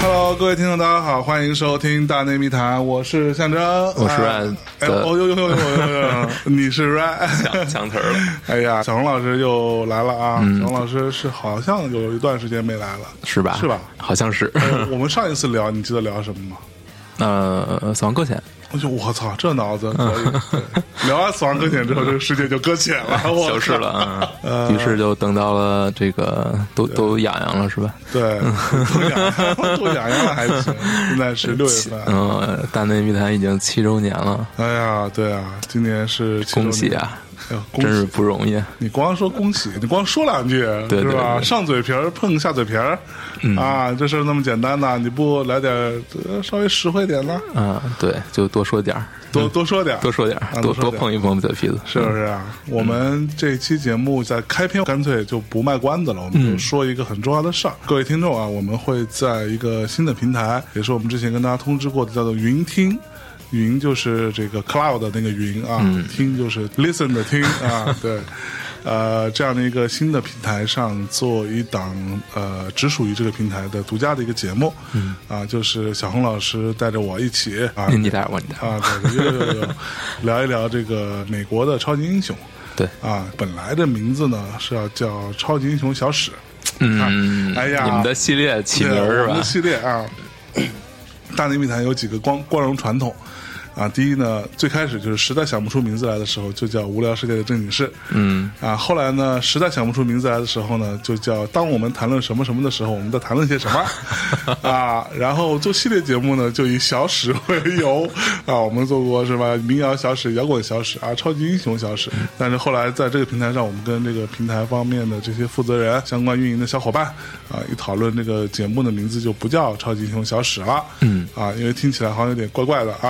Hello，各位听众，大家好，欢迎收听《大内密谈》，我是象征，我是 Ryan 啊哎，哦呦呦呦呦呦呦 呦，你是 Ryan，抢抢词儿了，嗯哎呀，小红老师又来了啊！小红老师是好像有一段时间没来 了，是吧？是吧？好像 是。呃我们上一次聊，你记得聊什么吗？呃，死亡搁浅，我就我操，这脑子可 以！对聊完《死亡搁浅》之后，这个世界就搁浅了，我消失了啊。呃于是就等到了这个都都痒痒了，是吧？对，肚痒，肚痒痒了还行。现在是六月份， 嗯，大内密谈已经七周年了，哎呀，对啊，今年是七周年恭喜！啊！哎呦恭真是喜！不容易，啊你光说恭喜， 你光说两句对是对吧？对嗯上嘴皮儿碰下嘴皮儿啊，这事儿那么简单呐，你不来点儿呃稍微实惠点呢？嗯，对，就多说点儿，多多说点儿，多说点啊儿，多多说点儿多碰一碰嘴皮子，是不是啊？我们这期节目在开篇干脆就不卖关子了，我们就说一个很重要的事儿。各位听众啊，我们会在一个新的平台，也是我们之前跟大家通知过的，叫做云听。云就是这个 cloud 的那个云啊，听就是 listen 的听啊，对，呃，这样的一个新的平台上做一档呃只属于这个平台的独家的一个节目，嗯、啊，就是小红老师带着我一起啊，嗯你带我，你带我，啊，对对对对对，聊一聊这个美国的超级英雄对，啊。本来的名字呢是要叫《超级英雄小史》，嗯，哎呀你们的系列起名对儿是我们吧的？系列啊， 大内密谈有几个光光荣传统。啊，第一呢，最开始就是实在想不出名字来的时候，就叫《无聊世界的正经事》。嗯，啊，后来呢，实在想不出名字来的时候呢，就叫当我们谈论什么什么的时候，我们在谈论些什 么啊。然后做系列节目呢，就以小史为由啊，我们做过是吧？民谣小史、摇滚小史啊，超级英雄小史。但是后来在这个平台上，我们跟这个平台方面的这些负责人、相关运营的小伙伴啊，一讨论这个节目的名字就不叫超级英雄小史了，嗯啊，因为听起来好像有点怪怪的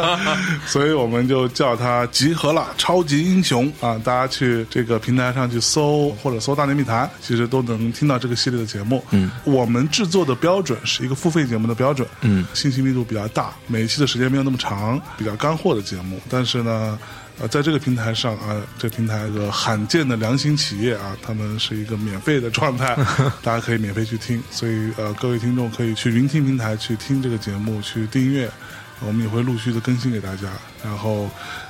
啊，所以我们就叫它集合了超级英雄啊，大家去这个平台上去搜或者搜《大内密谈》，其实都能听到这个系列的节目。嗯，我们制作的标准是一个付费节目的标准，嗯，信息密度比较大，每一期的时间没有那么长，比较干货的节目，但是呢。呃，在这个平台上啊，这平台的罕见的良心企业啊，他们是一个免费的状态，大家可以免费去听。所以呃，各位听众可以去云听平台去听这个节目，去订阅，我们也会陆续的更新给大家。然后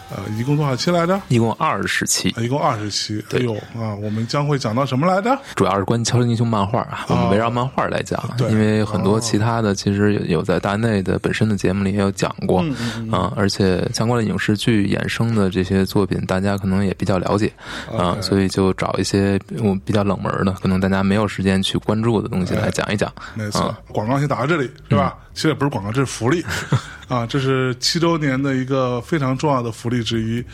呃，一共多少期来着？一共二十期啊，一共二十期。哎呦啊，我们将会讲到什么来着？主要是关于超级英雄漫画啊，我们围绕漫画来讲，啊对因为很多其他的其实有有在大内的本身的节目里也有讲过，嗯而且相关的影视剧衍生的这些作品，大家可能也比较了解啊、 OK 所以就找一些我比较冷门的，可能大家没有时间去关注的东西来讲一讲。没错，广告先打到这里，是吧？其实也不是广告，这是福 利啊！这是七周年的一个非常重要的福利之一，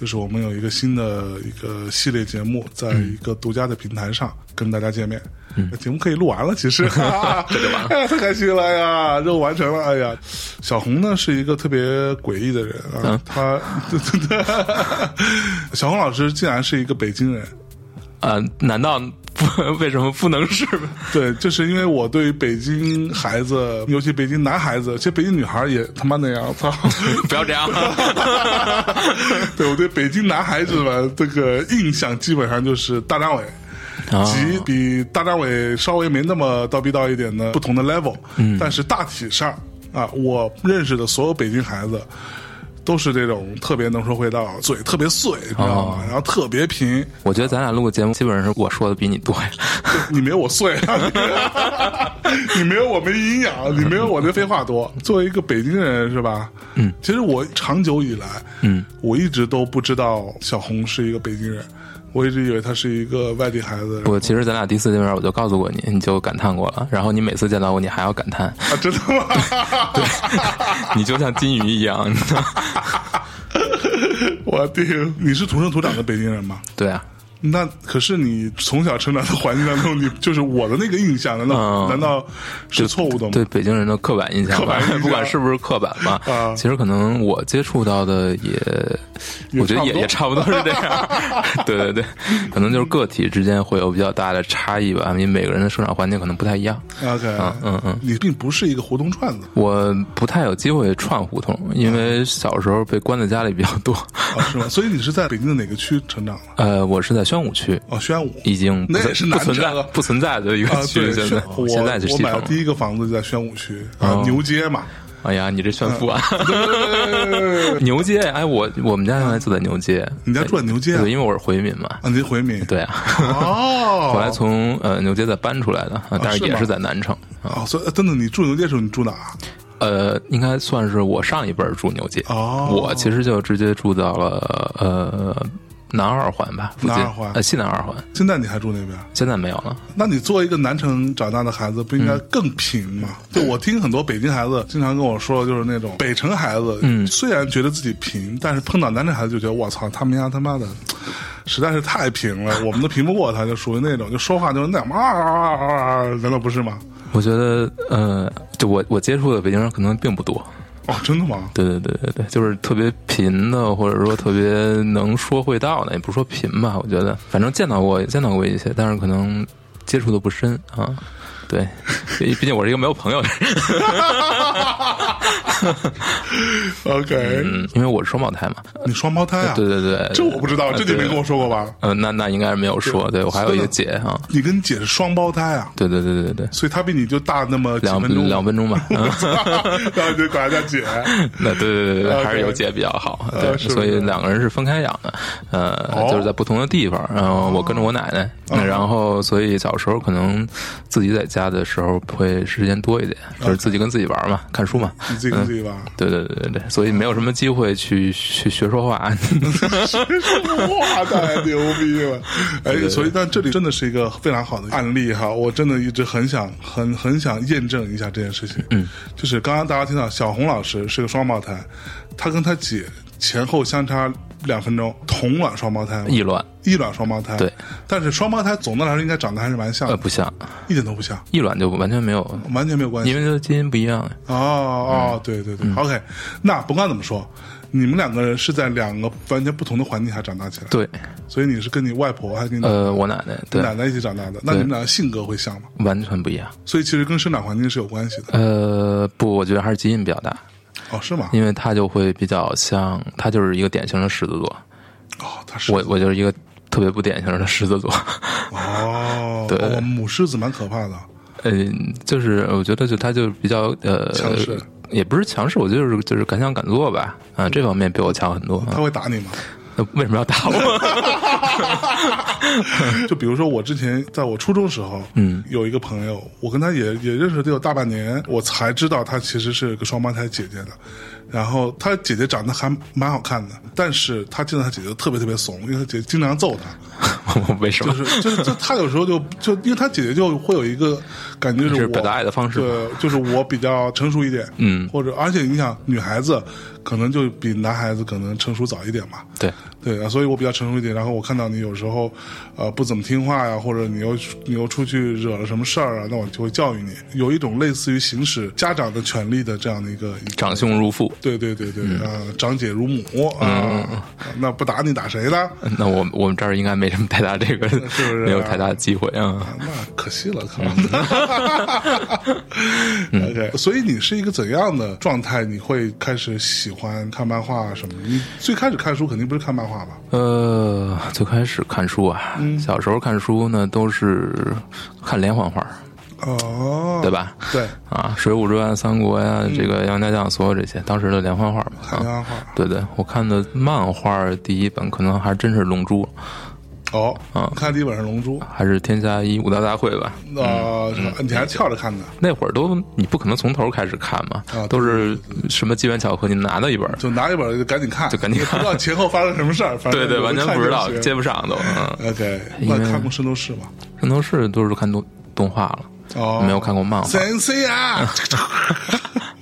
就是我们有一个新的一个系列节目，在一个独家的平台上跟大家见面。哎节目可以录完了，其实，嗯 这就完了，哎呀，太开心了哎呀！任务完成了，哎呀，小红呢是一个特别诡异的人啊，他 小红老师竟然是一个北京人，啊、难道不 为什么不能是？ 对，就是因为我对北京孩子，尤其北京男孩子，其实北京女孩也他妈那样，操！ 不要这样， 啊对我对北京男孩子们这个印象基本上就是大张伟。啊及比大张伟稍微没那么叨逼叨一点的不同的 level，、但嗯是大体上啊，我认识的所有北京孩子都是这种特别能说会道，嘴特别碎，你知道哦吗？然后特别贫，我觉得咱俩录个节目，基本上是我说的比你多呀。 你没有我碎，啊你 没有我没营养，你没有我这废话多。作为一个北京人，是吧？嗯，其实我长久以来，嗯，我一直都不知道小红是一个北京人，我一直以为她是一个外地孩子。我其实咱俩第一次见面我就告诉过你，你就感叹过了，然后你每次见到我你还要感叹，啊，真的吗？ 你就像金鱼一样，你知道？我的，你是土生土长的北京人吗？对啊，那可是你从小成长的环境当中，你就是我的那个印象，难道、嗯难道是错误的吗？对北京人的刻板印象刻吧板印，象不管是不是刻板吧，啊其实可能我接触到的也，也我觉得差不也多也差不多是这样。 对对对，可能就是个体之间会有比较大的差异吧，因为每个人的生长环境可能不太一样。 OK，嗯嗯，你并不是一个胡同串子，我不太有机会串胡同，因为小时候被关在家里比较多。 啊、是吗？所以你是在北京的哪个区成长的？呃，我是在宣武区，哦，宣武。已经不那也是不南存城在啊不存在的一啊 个，区，对，现宣在我现在是哦我西买的城。第一个房子就在宣武区啊，牛街 嘛。哎呀，你这炫富啊！ 呃牛街，哎，我我们家原来就在牛街，你家住在牛街啊对，？因为我是回民嘛，啊，你回民。对啊，哦， 后来从呃牛街再搬出来的，啊但是是也吗是在南城，哦，所以呃真的，你住牛街的时候，你住哪儿？呃，应该算是我上一辈儿住牛街，哦我其实就直接住到了呃南二环吧，附近南二环呃西南二环，现在你还住那边？现在没有了，那你作为一个南城长大的孩子，不应该嗯更拼吗？就我听很多北京孩子经常跟我说，就是那种北城孩子，嗯虽然觉得自己贫，但是碰到南城孩子就觉得我操，他们家他妈的实在是太贫了，我们都贫不过他，就属于那种就说话就是那么啊啊啊啊啊，难道不是吗？我觉得呃，就我我接触的北京人可能并不多，哦，真的吗？对对对对对，就是特别贫的，或者说特别能说会道的，也不是说贫吧，我觉得反正见到过见到过一些，但是可能接触的不深啊。对，毕毕竟我是一个没有朋友的人， OK，、嗯，因为我是双胞胎嘛。你双胞胎啊？对对对，这我不知道，这你没跟我说过吧？呃，那那应该是没有说。对我还有一个姐啊，你跟你姐是双胞胎啊，对对对对对，所以她比你就大那么几两分钟， 两分钟吧。嗯然后你就管她叫姐。 那对对对对， OK 还是有姐比较好。呃对，是不是所以两个人是分开养的，哦嗯呃，就是在不同的地方。然后我跟着我奶奶，那然后所以小时候可能自己在家的时候会时间多一点，就是自己跟自己玩嘛，看书嘛。你自己跟自己吧， 对对对对对，所以没有什么机会去去学说话。 哇，太牛逼了！哎，所以但这里真的是一个非常好的案例哈，我真的一直很想很很想验证一下这件事情。嗯，就是刚刚大家听到小红老师是个双胞胎，她跟她姐前后相差两分钟，同卵双胞胎，议论异卵双胞胎。对，但是双胞胎总的来说应该长得还是蛮像呃的，不像一点都不像，议论就完全没有，完全没有关系。因为嗯这基因不一样。哦哦，对对对、o k 那不管怎么说，你们两个人是在两个完全不同的环境下长大起来，对，所以你是跟你外婆还跟你呃，我奶奶对奶奶一起长大的，嗯那你们两个性格会像吗？完全不一样。所以其实跟生长环境是有关系的，呃，不，我觉得还是基因比较大。哦，是吗？因为他就会比较像，他就是一个典型的狮子座，哦，他是我我就是一个特别不典型的狮子座，哦，对哦母狮子蛮可怕的，嗯，就是我觉得就他就比较呃强势，也不是强势，我就是就是敢想敢做吧，啊，这方面比我强很多。他啊会打你吗？那为什么要打我？就比如说我之前在我初中时候，嗯，有一个朋友，我跟他也也认识得有大半年，我才知道他其实是个双胞胎姐姐的。然后他姐姐长得还蛮好看的，但是他见到他姐姐特别特别怂，因为他姐姐经常揍他，我为什么？就是就是就他有时候就就因为他姐姐就会有一个感觉就是是我表达爱的方式吗对，就是我比较成熟一点，嗯或者而且你想女孩子可能就比男孩子可能成熟早一点嘛，对，对啊，所以我比较成熟一点。然后我看到你有时候，呃，不怎么听话呀，或者你又你又出去惹了什么事儿啊，那我就会教育你，有一种类似于行使家长的权利的这样的一个。长兄如父，对对对对啊、长姐如母啊、那不打你打谁呢？啊那我我们这儿应该没什么太大这个，是不是啊没有太大的机会啊。啊那可惜了，可能。OK，所以你是一个怎样的状态？你会开始喜欢看漫画什么？你最开始看书肯定不是看漫画吧？呃，最开始看书啊，嗯小时候看书呢都是看连环画，哦，嗯对？吧？对，啊，《水浒传》《三国》呀，这个《杨家将》所有这些，当时的连环画嘛。看啊，漫画。对对，我看的漫画第一本可能还真是《龙珠》，哦，啊嗯看第一本上《龙珠》还是《天下一武道大会》吧。啊，是吧你还跳着看的，那会儿都你不可能从头开始看嘛啊对，都是什么机缘巧合你拿到一本，就拿一本就赶紧看，就赶紧不知道前后发生什么事儿，反正对对，我完就全看不知道就行接不上都。嗯， OK，因那为看过《圣斗士》吗？圣斗士都是看动动画了，哦，没有看过漫画。神仙啊！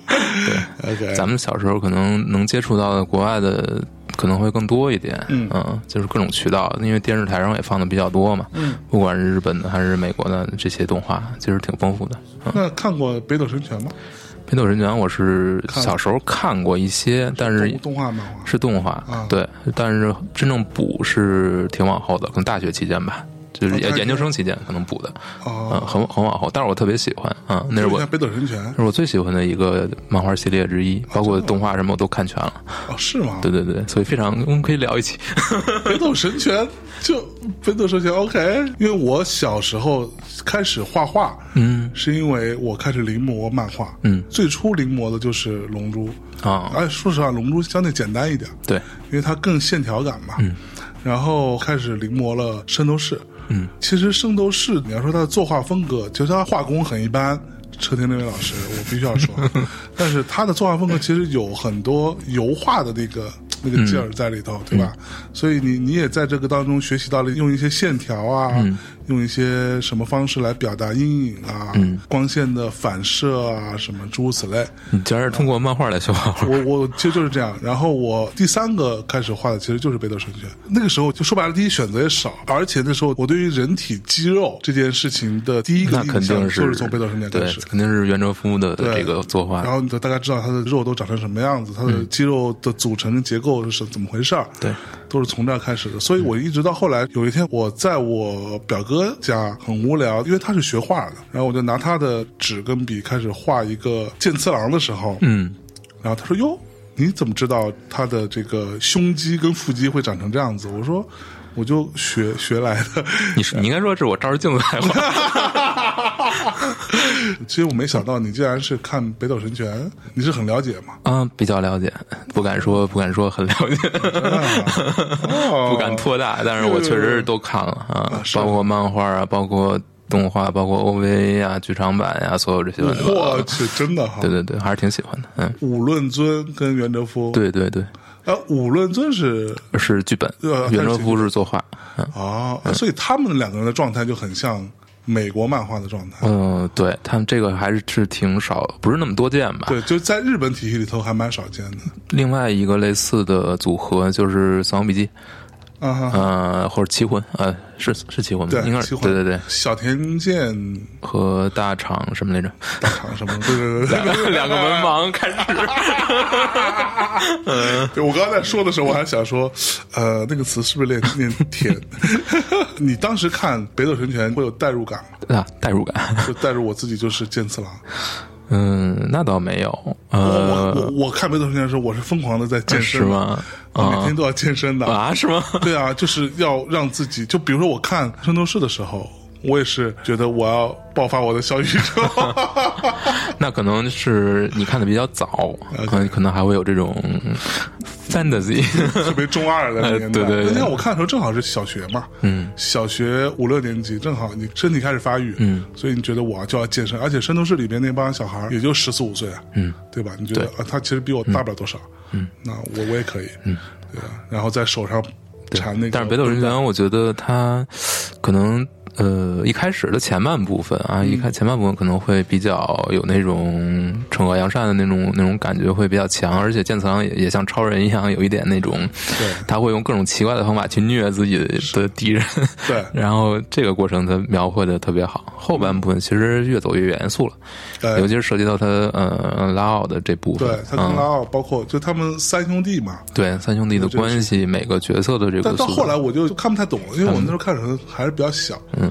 对，OK，咱们小时候可能能接触到的国外的可能会更多一点，嗯就是各种渠道，因为电视台上也放的比较多嘛，嗯，不管是日本的还是美国的这些动画，其实挺丰富的。嗯，那看过《北斗神拳》吗？ 《北斗神拳》我是看小时候看过一些，但是动动画漫画。是动画，啊对，但是真正补是挺往后的，可能大学期间吧，就是哦大研学研究生期间可能补的，嗯、哦，很很往后，但是我特别喜欢，嗯，那是说一我下《北斗神拳》那是我最喜欢的一个漫画系列之一，啊包括动画什么我都看全了，哦，是吗？对对对，所以非常我们可以聊一 起，北斗神拳就北斗神拳 OK，因为我小时候开始画画，嗯是因为我开始临摹漫画，嗯最初临摹的就是《龙珠》，啊、哎，说实话，《龙珠》相对简单一点，对，因为它更线条感嘛。嗯。然后开始临摹了《圣斗士》。嗯。其实《圣斗士》，你要说它的作画风格，就是它画工很一般。车田那位老师，我必须要说，但是他的作画风格其实有很多油画的那个那个劲儿在里头，对吧？所以你你也在这个当中学习到了用一些线条啊，用一些什么方式来表达阴影啊、光线的反射啊，什么诸如此类。你竟然是通过漫画来学画画， 我我其实就是这样。然后我第三个开始画的其实就是北斗神拳。那个时候就说白了，第一选择也少，而且那时候我对于人体肌肉这件事情的第一个 那印肯定象是就是从北斗神拳开对始，。肯定是原哲夫的这个作画然，后你就大概知道它的肉都长成什么样子，它的肌肉的组成跟结构是怎么回事儿，嗯对，都是从这儿开始的。所以我一直到后来有一天，我在我表哥家很无聊，因为他是学画的，然后我就拿他的纸跟笔开始画一个剑次郎的时候，嗯然后他说：“哟，你怎么知道他的这个胸肌跟腹肌会长成这样子？”我说：“我就学学来的。 你呃是你应该说是我照着镜子来画，其实我没想到你竟然是看《北斗神拳》，你是很了解嘛？啊，比较了解，不敢说不敢说很了解，哦 不敢托大，但是我确实是都看了啊，包括漫画啊，包括动画，包括 OVA 啊，剧场版呀、所有这些乱七 八糟我的，去，真的哈啊对。对对，还是挺喜欢的，嗯，武论尊跟袁哲夫，，对对对，啊，武论尊是是剧本对啊，袁哲夫是作画，嗯啊，所以他们两个人的状态就很像美国漫画的状态。嗯，对他们这个还是是挺少，不是那么多见吧？对，就在日本体系里头还蛮少见的另外一个类似的组合就是《死亡笔记》，啊哈。呃，或者《棋魂》，呃，是是《棋魂》吧？对，应该奇是幻对对对，小田健和大厂什么来着？大厂什么，对对对 对，两个文盲开始，对，我刚才在说的时候，我还想说，呃，那个词是不是念念甜？ 你当时看《北斗神拳》会有代入感吗？啊，代入感。 就代入我自己就是剑次郎。嗯，那倒没有，呃，我我我看《北斗神拳》的时候，我是疯狂的在健是身的，吗？我每啊天都要健身的。啊，是吗？ 对啊，就是要让自己，就比如说我看《圣斗士》的时候，我也是觉得我要爆发我的小宇宙。那可能是你看的比较早，嗯，可能还会有这种 fantasy， 特别中二的那个年代。哎对对对那天我看的时候正好是小学嘛，嗯，小学五六年级，正好你身体开始发育，嗯，所以你觉得我就要健身，而且《圣斗士》里边那帮小孩儿也就十四五岁啊，嗯，对吧？你觉得啊，他其实比我大不了多少，嗯，那我我也可以，嗯，对吧？然后在手上缠那个，但是《北斗神拳》，我觉得它可能呃一开始的前半部分啊，一开前半部分可能会比较有那种惩恶扬善的那种那种感觉会比较强，而且剑次郎也也像超人一样有一点那种，对他会用各种奇怪的方法去虐自己的敌人。对然后这个过程他描绘的特别好，后半部分其实越走越严肃了，对尤其是涉及到他呃拉奥的这部分，对，他跟嗯拉奥包括就他们三兄弟嘛。对三兄弟的这个关系，每个角色的这但个到塑后来造我就就看不太懂了，因为我嗯那时候看的时候还是比较小。嗯，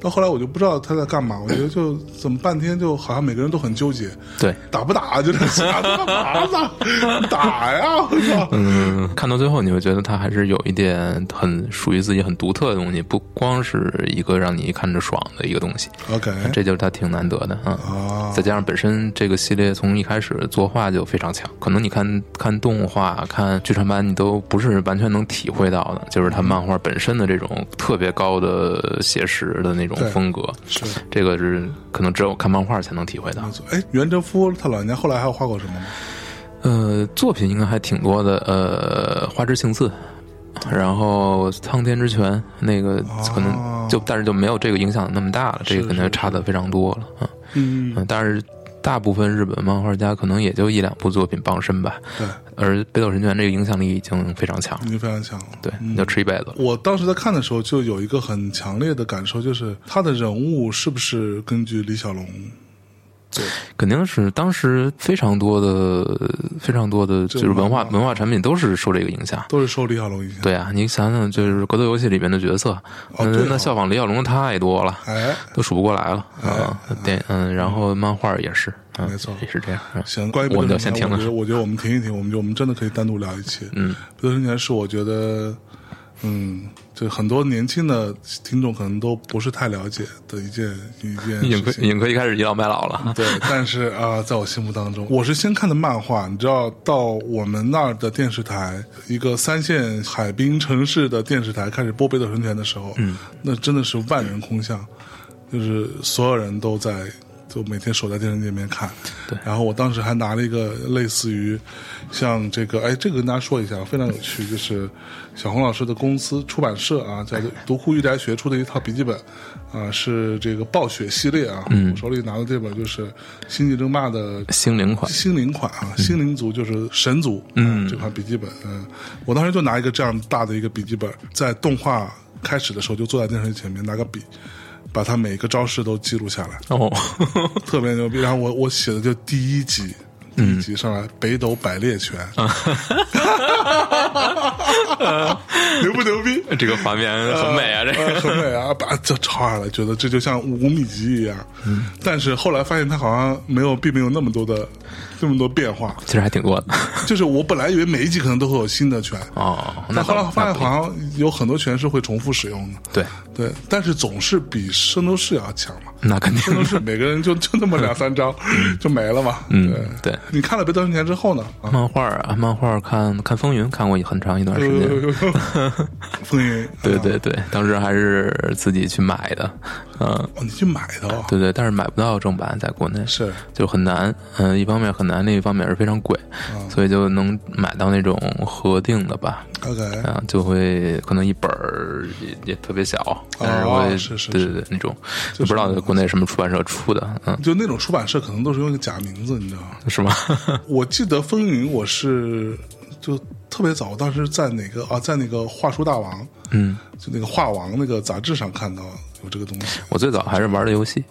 到后来我就不知道他在干嘛，我觉得就怎么半天就好像每个人都很纠结。对。打不打？就是啊打他妈的， 打呀！我操！嗯，看到最后你会觉得它还是有一点很属于自己很独特的东西，不光是一个让你看着爽的一个东西， OK，这就是它挺难得的啊。啊再加上本身这个系列从一开始作画就非常强，可能你看看动画、看剧场版，你都不是完全能体会到的，就是它漫画本身的这种特别高的写实的那种对风格，是这个是可能只有看漫画才能体会到。没错。哎，袁哲夫他老人家后来还有画过什么吗？呃，作品应该还挺多的，呃，《花之行刺》，然后《苍天之拳》，那个哦可能就、但是就没有这个影响那么大了，这个可能差的非常多了啊。嗯嗯，但是大部分日本漫画家可能也就一两部作品傍身吧，对，而北斗神拳这个影响力已经非常强了已，经非常强了。对，你就吃一辈子了。我当时在看的时候，就有一个很强烈的感受，就是他的人物是不是根据李小龙做的？肯定是当时非常多的、非常多的，就是文化文化文化产品都是受这个影响。都是受李小龙影响。对啊，你想想，就是格斗游戏里面的角色，嗯哦对那哦那效仿李小龙的太多了，哎，都数不过来了啊。电嗯，然后漫画也是，嗯没错也是这样。嗯行，关于我们就神先拳停了我觉得，我觉得我们停一停，我们就我们真的可以单独聊一期。嗯，北斗神拳是我觉得，嗯，就很多年轻的听众可能都不是太了解的一件一件已经事可情已。经可以开始倚老卖老了。对，但是啊、在我心目当中，我是先看的漫画，你知道，到我们那儿的电视台，一个三线海滨城市的电视台开始播《北斗神拳》的时候，嗯，那真的是万人空巷，就是所有人都在，就每天守在电视那边看。对，然后我当时还拿了一个类似于像这个，哎，这个跟大家说一下，非常有趣，就是小红老师的公司出版社啊，叫做读库育宅学出的一套笔记本，啊，是这个暴雪系列啊，我手里拿的这本就是《星际争霸》的心灵款，嗯心灵款啊，心灵族就是神族，嗯，这款笔记本，嗯，我当时就拿一个这样大的一个笔记本，在动画开始的时候就坐在电视机前面拿个笔，把它每一个招式都记录下来，哦， 特别牛逼。然后我我写的就第一集，第嗯一集上来北斗百裂拳，啊 牛不牛逼？这个画面很美啊，这个呃很美啊，把这抄下来，觉得这就像五米级一样。嗯但是后来发现它好像没有，并没有那么多的那么多变化。其实还挺多的。就是我本来以为每一集可能都会有新的拳，哦， 那但后来倒发那现不好像有很多拳是会重复使用的。对，对，但是总是比圣斗士要强 嘛。那肯定圣斗士每个人就就那么两 三招就没了嘛。嗯嗯对。你看了《北斗神拳》之后呢？啊，漫画啊，漫画看看风云，看过很长一段时啊间。 风云，对啊，对对，当时还是自己去买的，嗯、哦，你去买的哦，对对，但是买不到正版，在国内是就很难，嗯、一方面很难，另一方面也是非常贵，所以就能买到那种合订的吧， OK，啊，就会可能一本儿也也特别小，但是哦会、是是对是对对那种，就不知道国内什么出版社出的，嗯，就那种出版社可能都是用一个假名字，你知道 吗？是吗？我记得风云，我是就特别早，我当时在哪个啊，在那个画书大王， 嗯，就那个画王那个杂志上看到有这个东西。我最早还是玩的游戏，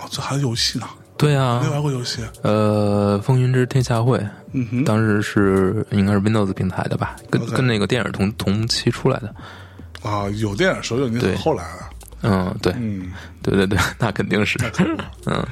哦，这还有游戏呢？对啊没，玩过游戏？呃，《风云之天下会》，嗯哼，当时是应该是 Windows 平台的吧，跟 OK 跟那个电影同同期出来的。啊，有电影时候就已经很对后来了。嗯，对，嗯，对对对， 那肯定是， 嗯，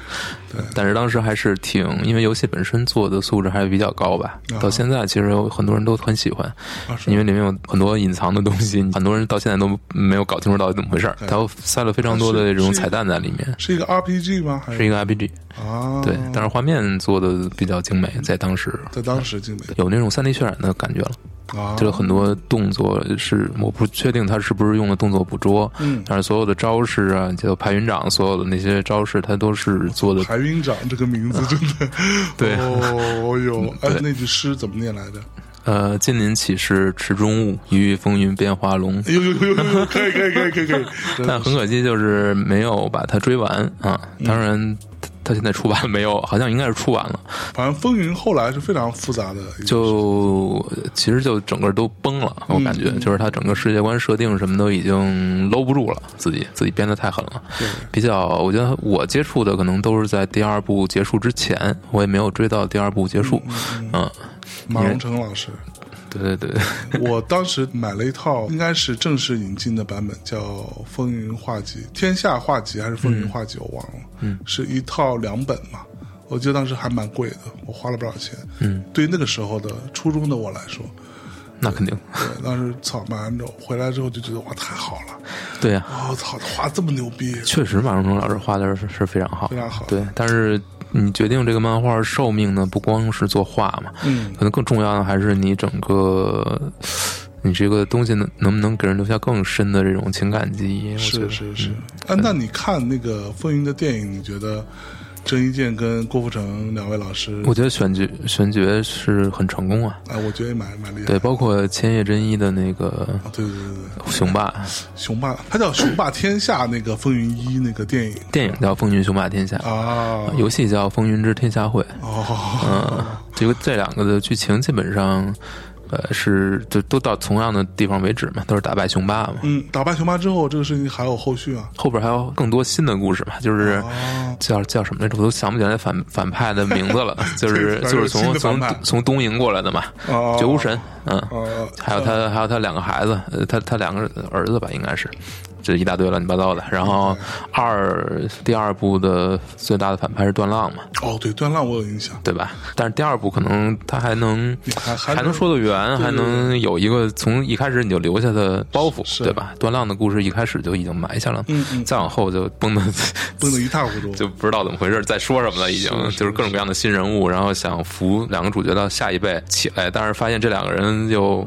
但是当时还是挺，因为游戏本身做的素质还是比较高吧，啊到现在其实有很多人都很喜欢，啊是因为里面有很多隐藏的东西，很多人到现在都没有搞清楚到底怎么回事儿，它塞了非常多的这种彩蛋在里面，是一个 RPG 吗？还是一个 RPG，啊？对，但是画面做的比较精美，在当时在当时经历有那种三 D 渲染的感觉了。啊，就是很多动作是我不确定他是不是用了动作捕捉，嗯但是所有的招式啊，就排云掌所有的那些招式，他都是做的。排云掌这个名字真的，对嗯哦哟，哎，那句诗怎么念来着？呃，金鳞岂是池中物，一遇风云变化龙。哎呦呦呦呦呦，可以可以可以可以 可以，真的但很可惜，就是没有把它追完啊。当然，他他现在出完没有？好像应该是出完了。反正风云后来是非常复杂的一个，就其实就整个都崩了，我感觉、就是他整个世界观设定什么都已经搂不住了，自己自己编的太狠了。对比较，我觉得我接触的可能都是在第二部结束之前，我也没有追到第二部结束。嗯，马荣成老师，对对对， 我当时买了一套，应该是正式引进的版本，叫《风云画集》《天下画集》还是《风云画集》，我忘了。嗯，是一套两本嘛。我记得当时还蛮贵的，我花了不少钱。嗯，对于那个时候的初中的我来说，那肯定，对，当时操买完之后回来之后就觉得哇太好了， 对啊呀、我、操，画这么牛逼，确实马荣成老师画的是是非常好，非常好对，但是你决定这个漫画寿命呢，不光是作画嘛，嗯，可能更重要的还是你整个。你这个东西能能不能给人留下更深的这种情感记忆？我觉是哎得是是。啊，那你看那个风云的电影，你觉得郑伊健跟郭富城两位老师，我觉得选角选角是很成功啊，啊，我觉得也蛮蛮厉害的。对，包括千叶真一的那个啊对对对对，雄霸雄霸，他叫《雄霸天下》那个《风云一》那个电影电影叫《风云雄霸天下》，啊，游戏叫《风云之天下会》。哦，嗯，这个这两个的剧情基本上，呃，是就都到同样的地方为止嘛，都是打败雄霸嘛。嗯，打败雄霸之后，这个事情还有后续啊。后边还有更多新的故事嘛，就是哦，叫叫什么来着，我都想不起来反反派的名字 了，就是对就是反正有从新的从反派从东瀛过来的嘛，哦绝无神，嗯，哦，还有他还有他两个孩子，呃，他他两个儿子吧，应该是。这一大堆乱七八糟的，然嗯后二第二部的最大的反派是段浪嘛，哦，对，段浪我有印象，对吧？但是第二部可能他还能你还还还能说得圆，对还能有一个从一开始你就留下的包袱，是对吧？段浪的故事一开始就已经埋下了，嗯嗯再往后就崩的 崩得一塌糊涂。 就不知道怎么回事，在说什么了，已经是是就是各种各样的新人物，然后想扶两个主角到下一辈起来，但是发现这两个人又。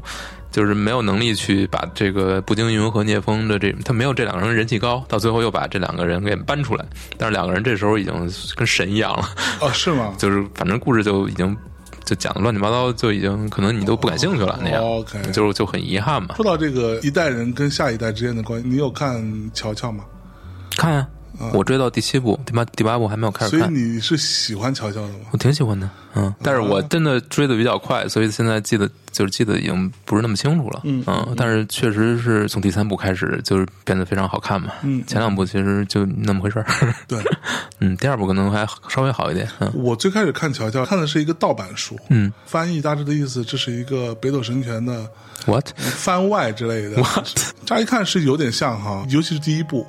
就是没有能力去把这个步惊云和聂风的这，他没有这两个人人气高，到最后又把这两个人给搬出来，但是两个人这时候已经跟神一样了，哦，是吗？就是反正故事就已经就讲的乱七八糟，就已经可能你都不感兴趣了那样，哦，OK 就就很遗憾嘛。说到这个一代人跟下一代之间的关系，你有看乔乔吗？看啊，我追到第七部，第八第八部还没有开嗯所始以看，你是喜欢乔乔的吗？我挺喜欢的，嗯，但是我真的追的比较快，所以现在记得就是记得已经不是那么清楚了，嗯但是确实是从第三部开始就是变得非常好看嘛，嗯前两部其实就那么回事儿，对， 嗯，第二部可能还稍微好一点，嗯我最开始看乔乔看的是一个盗版书，嗯翻译大致的意思，这是一个北斗神拳的，what 番外之类的。乍一看是有点像哈，尤其是第一部，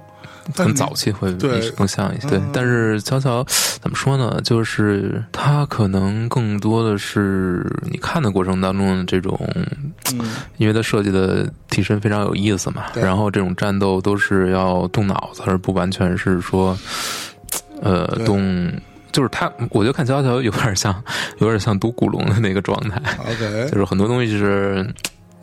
但很你早期会嗯对嗯更像一些，对。但是乔乔怎么说呢？就是他可能更多的是你看的过程当中的这种，嗯因为他设计的替身非常有意思嘛。对然后这种战斗都是要动脑子，而不完全是说，呃，对动。就是他，我觉得看乔乔有点像，有点像读古龙的那个状态， ，OK， 就是很多东西是，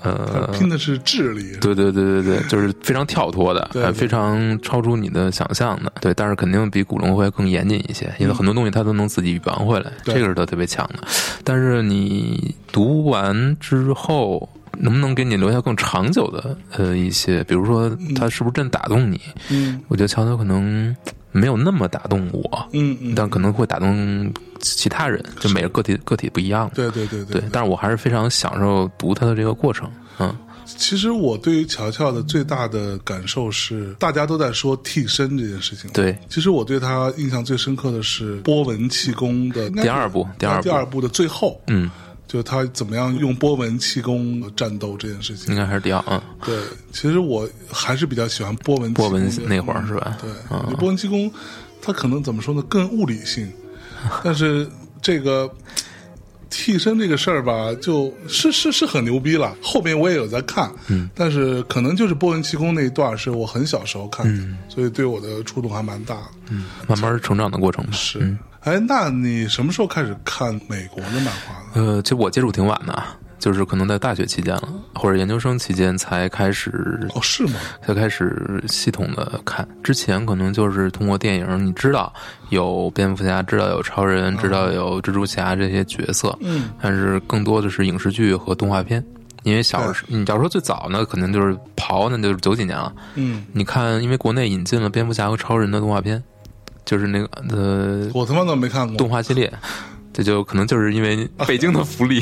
它呃，拼的是智力，对对对对对，就是非常跳脱的，对呃对非常超出你的想象的。对，但是肯定比古龙会更严谨一些，因为很多东西他都能自己圆回来，嗯对这个是他特别强的。但是你读完之后。能不能给你留下更长久的呃一些，比如说他是不是真打动你？嗯我觉得乔乔可能没有那么打动我，嗯嗯，但可能会打动其他人，就每个个体个体不一样。对对对对，但是我还是非常享受读他的这个过程。嗯，其实我对于乔乔的最大的感受是，大家都在说替身这件事情。，对，其实我对他印象最深刻的是波纹气功的应该是第二部第二部第二部的最后，嗯。就是他怎么样用波纹气功战斗这件事情应。该还是迪奥，嗯，对，其实我还是比较喜欢波纹气波功纹的那会儿是吧？对，波纹气功，它可能怎么说呢，更物理 性，但是这个替身这个事儿吧，就是是是很牛逼了。后面我也有在看，嗯，但是可能就是波纹气功那一段是我很小时候看嗯的，所以对我的触动还蛮大的。嗯，慢慢成长的过程吧。是。哎，那你什么时候开始看美国的漫画的？呃，其实我接触挺晚的啊，就是可能在大学期间了，或者研究生期间才开始哦，是吗？才开始系统的看。之前可能就是通过电影，你知道有蝙蝠侠，知道有超人，知道有蜘蛛侠这些角色，嗯，但是更多的是影视剧和动画片。因为小时，你要说最早呢，可能就是刨，那就是九几年了。嗯，你看，因为国内引进了蝙蝠侠和超人的动画片，就是那个呃我他妈都没看过。动画系列，这就可能就是因 为北京的福利，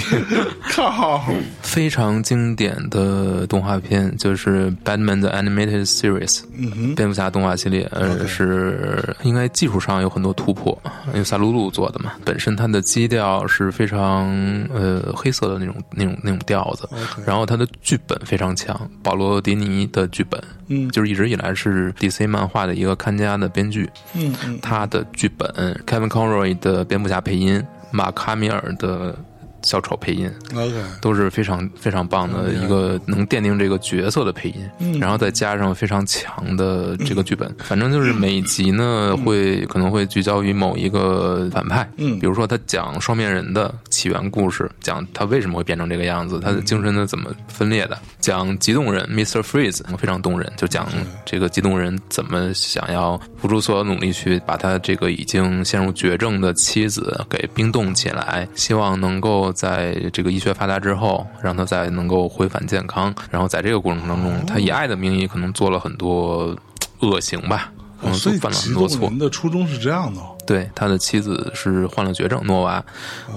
靠，非常经典的动画片就是《Batman 的 Animated Series》嗯哼，蝙蝠侠动画系列，呃， OK 是应该技术上有很多突破，因为萨鲁鲁做的嘛，本身它的基调是非常呃黑色的那种那种那种调子 OK，然后它的剧本非常强，保罗迪尼的剧本嗯就是一直以来是 DC 漫画的一个看家的编剧，嗯嗯，他的剧本，Kevin Conroy 的蝙蝠侠配音，马卡米尔的小丑配音， OK，都是非常非常棒的一个能奠定这个角色的配音，嗯然后再加上非常强的这个剧本，反正就是每一集呢会可能会聚焦于某一个反派，嗯比如说他讲双面人的起源故事，讲他为什么会变成这个样嗯子，他的精神的怎么分裂的，讲极冻人 Mr. Freeze 非常动人，就讲这个极冻人怎么想要付出所有努力去把他这个已经陷入绝症的妻子给冰冻起来，希望能够在这个医学发达之后，让他再能够恢返健康。然后在这个过程当哦中，他以爱的名义可能做了很多恶行吧。可哦能所以犯了极很多冻错人，的初衷是这样的哦。对，他的妻子是患了绝症，诺娃。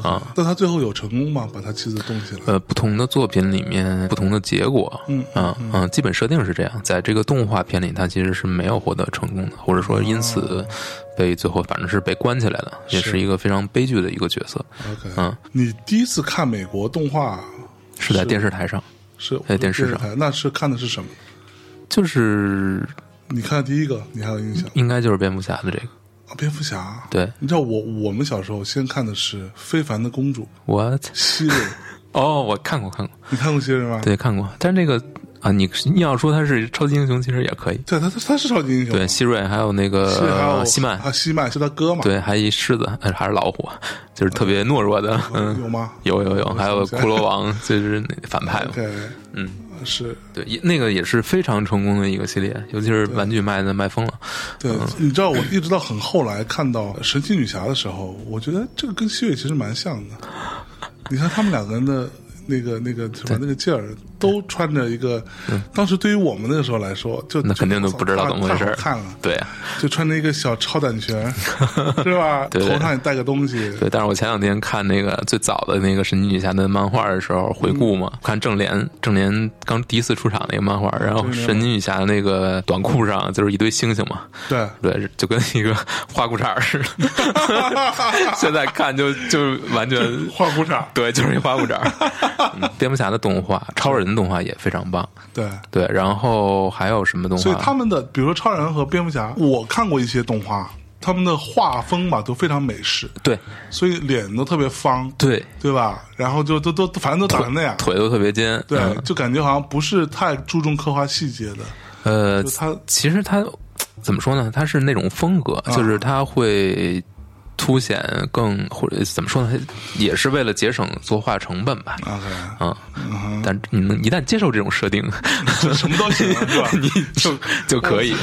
啊那他最后有成功吗？把他妻子冻起来？呃，不同的作品里面，不同的结果，嗯啊嗯、基本设定是这样。在这个动画片里，他其实是没有获得成功的，或者说因此被最后反正是被关起来了，也哦是是一个非常悲剧的一个角色。 OK，嗯，你第一次看美国动画是在是电视台上，是在电视上台，那是看的是什么？就是你看第一个，你还有印象？应该就是蝙蝠侠的这个。啊，蝙蝠侠。对你知道我我们小时候先看的是《非凡的公主》 ，what？希瑞， 哦，我看过看过，你看过希瑞吗？对看过。但是这个啊，你你要说他是超级英雄，其实也可以。对，他他他是超级英雄，对，希瑞还有那哦希瑞还有个希曼，啊，希曼是他哥嘛？对，还一狮子，呃还是老虎，就是特别懦弱的，嗯，有吗有有有，还有想起来骷髅王， 就是那反派嘛， ，OK，呃嗯，是对，也那个也是非常成功的一个系列，尤其是玩具卖的卖疯了，对，嗯你知道我一直到很后来看到神奇女侠的时候，我觉得这个跟希瑞其实蛮像的。你看他们两个人的那个那个什么那个劲儿，都穿着一个，当时对于我们那个时候来说，就嗯那肯定都不知道怎么回事太儿好看了，对啊，就穿着一个小超短 裙，是吧？对对头上也戴个东西，对。但是我前两天看那个最早的那个神奇女侠的漫画的时候，回嗯顾嘛，看正联正联刚第一次出场那个漫画，然后正联神奇女侠的那个短裤上就是一堆星星嘛，对，对，就跟一个花裤衩儿似的， 现在看就就完全画裤衩，对，就是一花裤衩儿。嗯蝙蝠侠的动画、超人的动画也非常棒。对。对，然后还有什么动画？所以他们的，比如说超人和蝙蝠侠，我看过一些动画，他们的画风吧都非常美式，对所以脸都特别方，对对吧？然后就都都反正都打成那样，腿都特别尖。对，嗯就感觉好像不是太注重刻画细节的，呃 就，他其实他怎么说呢？他是那种风格，啊就是他会。凸显更或者怎么说呢，也是为了节省作画成本吧。 OK，嗯，但你能一旦接受这种设 定，就什么都行，是吧？你就就可以。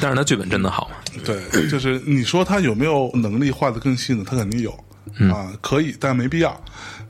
但是他剧本真的好嘛？对，就是你说他有没有能力画的更细呢？他肯定有、啊，可以，但没必要。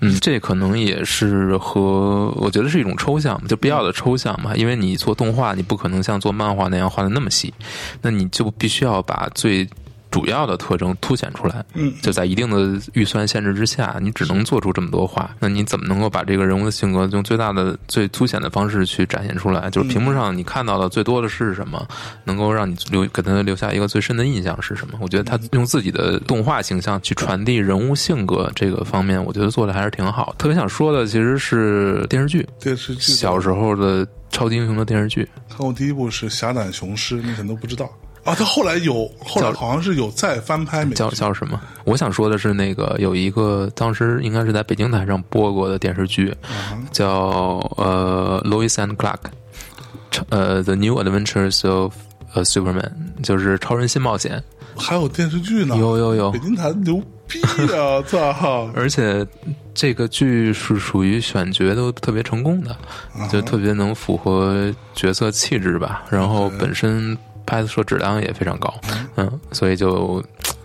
嗯，这可能也是和我觉得是一种抽象，就必要的抽象嘛。因为你做动画，你不可能像做漫画那样画的那么细，那你就必须要把最主要的特征凸显出来。嗯，就在一定的预算限制之下，你只能做出这么多画。那你怎么能够把这个人物的性格用最大的、最凸显的方式去展现出来？就是屏嗯幕上你看到的最多的是什么，能够让你留给他留下一个最深的印象是什么？我觉得他用自己的动画形象去传递人物性格这个方面，我觉得做的还是挺好。特别想说的其实是电视剧，电视剧的小时候的超级英雄的电视剧，看过第一部是《侠胆雄狮》，你可能都不知道啊。他后来有，后来好像是有再翻拍美剧叫叫什么？我想说的是，那个有一个当时应该是在北京台上播过的电视剧，啊叫呃《Lois and Clark》，呃，《The New Adventures of》呃 Superman，就是超人新冒险。还有电视剧呢。有有有北，京台牛逼啊！ 操，而且这个剧是属于选角都特别成功的，啊就特别能符合角色气质吧。然后本身拍摄质量也非常高，嗯，所以就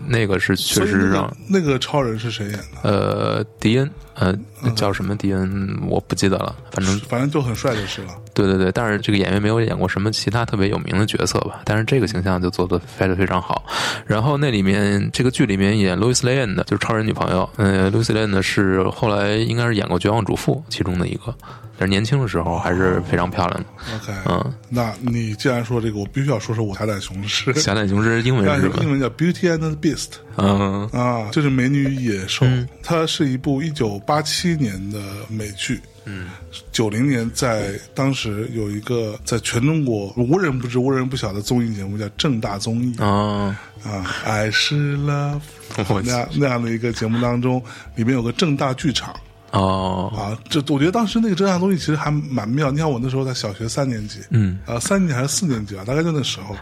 那个是确所以实那让个。那个超人是谁演的？呃，迪恩，呃，嗯叫什么迪恩，我不记得了。反正反正就很帅就是了。对对对，但是这个演员没有演过什么其他特别有名的角色吧？但是这个形象就做的拍的非常好。然后那里面这个剧里面演 Louis Lane 的，就是超人女朋友。呃，Louis Lane 呢是后来应该是演过《绝望主妇》其中的一个，但是年轻的时候还是非常漂亮的。 OK，嗯，那你既然说这个，我必须要说说我侠胆雄 狮，侠胆雄狮英文但是是吧英？文叫 Beauty and the Beast 嗯，啊，就是美女与野兽。它是一部一九八七年的美剧。嗯，九零年在当时有一个在全中国无人不知、无人不晓的综艺节目叫正大综艺哦，啊，I 是 love 我那样那样的一个节目当中，里面有个正大剧场。哦，啊，这我觉得当时那个真相东西其实还蛮妙。你看我那时候在小学三年级，嗯，啊，三年级还是四年级啊，大概就那时候，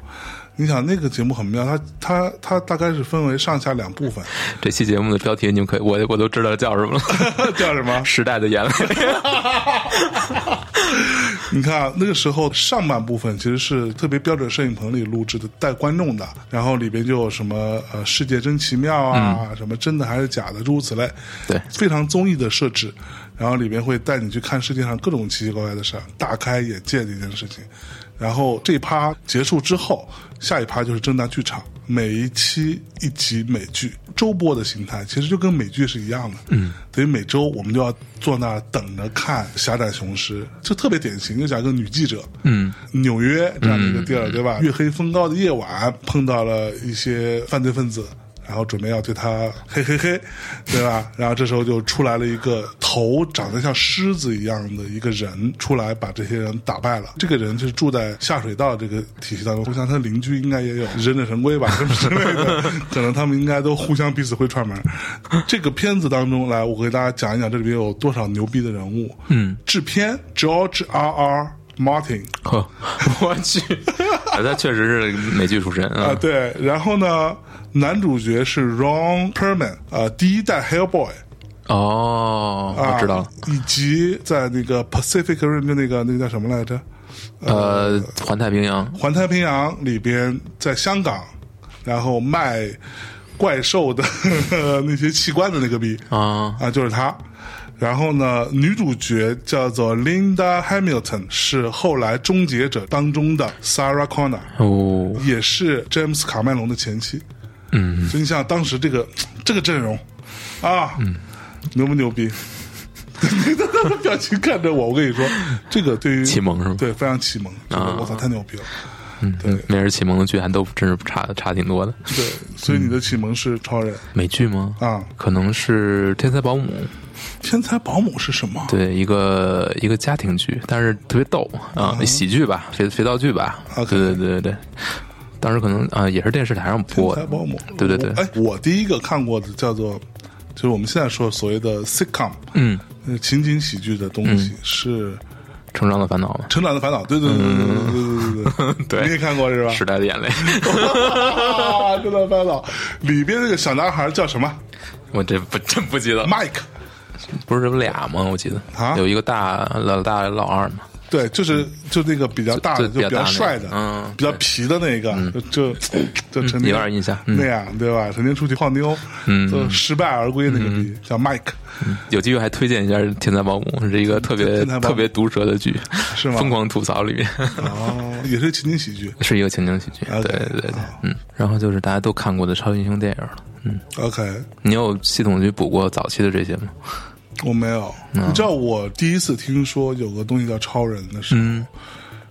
你想那个节目很妙，它它它大概是分为上下两部 分，这期节目的标题你们可以，我我都知道叫什么了， 叫什么？《时代的眼泪》 你看啊，那个时候上半部分其实是特别标准摄影棚里录制的，带观众的，然后里边就有什么呃“世界真奇妙啊”什么真的还是假的，诸如此类，嗯对非常综艺的设置。然后里边会带你去看世界上各种奇奇怪怪的事儿，大开眼界的一件事情。然后这一趴结束之后，下一趴就是正大剧场，每一期一集美剧，周播的形态其实就跟美剧是一样的，嗯，等于每周我们就要坐那儿等着看《侠胆雄狮》，就特别典型，就讲一个女记者，嗯，纽约这样的一个地儿，对吧？月黑风高的夜晚，碰到了一些犯罪分子，然后准备要对他嘿嘿嘿，对吧？然后这时候就出来了一个头长得像狮子一样的一个人出来，把这些人打败了。这个人就是住在下水道这个体系当中，我想他邻居应该也有忍者神龟吧，什么之类 的，可能他们应该都互相彼此会串门。这个片子当中来，我给大家讲一讲这里边有多少牛逼的人物。嗯，制片 George R R Martin。呵我去，啊他确实是美剧出身啊、啊，对，然后呢，男主角是 Ron Perlman，啊、第一代 Hellboy，哦，啊，我知道了，，以及在那个 Pacific Rim 就那个那个叫什么来着，啊呃，环太平洋，环太平洋里边，在香港，然后卖怪兽的 那些器官的那个逼啊，啊，就是他。然后呢，女主角叫做 Linda Hamilton，是后来《终结者》当中的 Sarah Connor。哦，也是詹姆斯卡麦隆的前妻。嗯，所以你想当时这个这个阵容啊，嗯牛不牛逼？ 他的表情看着我，我跟你说，这个对于启蒙啊是吗对，非常启蒙。这个我操，太牛逼了！对美日启蒙的剧还都真是差差挺多的，对，所以你嗯的启蒙是超人美剧吗？啊，可能是《天才保姆》天才保姆是什么对一个一个家庭剧，但是特别逗啊，喜剧吧，肥肥皂剧吧，对啊 OK 对对对对，当时可能啊也是电视台上天播才的，保姆，对对对我哎，我第一个看过的叫做，就是我们现在说所谓的 sitcom，嗯，呃情景喜剧的东西是《成长的烦恼》嘛《成长的烦恼》，对对对对对对对对， 对你也看过是吧？ 《时代的眼泪》， 啊，真的烦恼。里边那个小男孩叫什么我这不真不记得了， ？Mike，不是有俩吗？我记得嗯啊有一个大老大老二嘛，对，就是就那个比较大就的，就比较比较大那个帅的，嗯比较皮的那个，就就就成有天点印象，那嗯，样对吧？成天出去泡妞，就失败而归那个嗯逼叫 Mike，有机会还推荐一下《天才保姆》，是一个特别天才保姆特别毒舌的剧，是吗疯狂吐槽里面哦，也 是情景喜剧。是一个情景喜 剧，对 OK，对对，嗯，然后就是大家都看过的超级英雄电影了。 OK，你有系统去补过早期的这些吗？我没有。你知道我第一次听说有个东西叫超人的时候，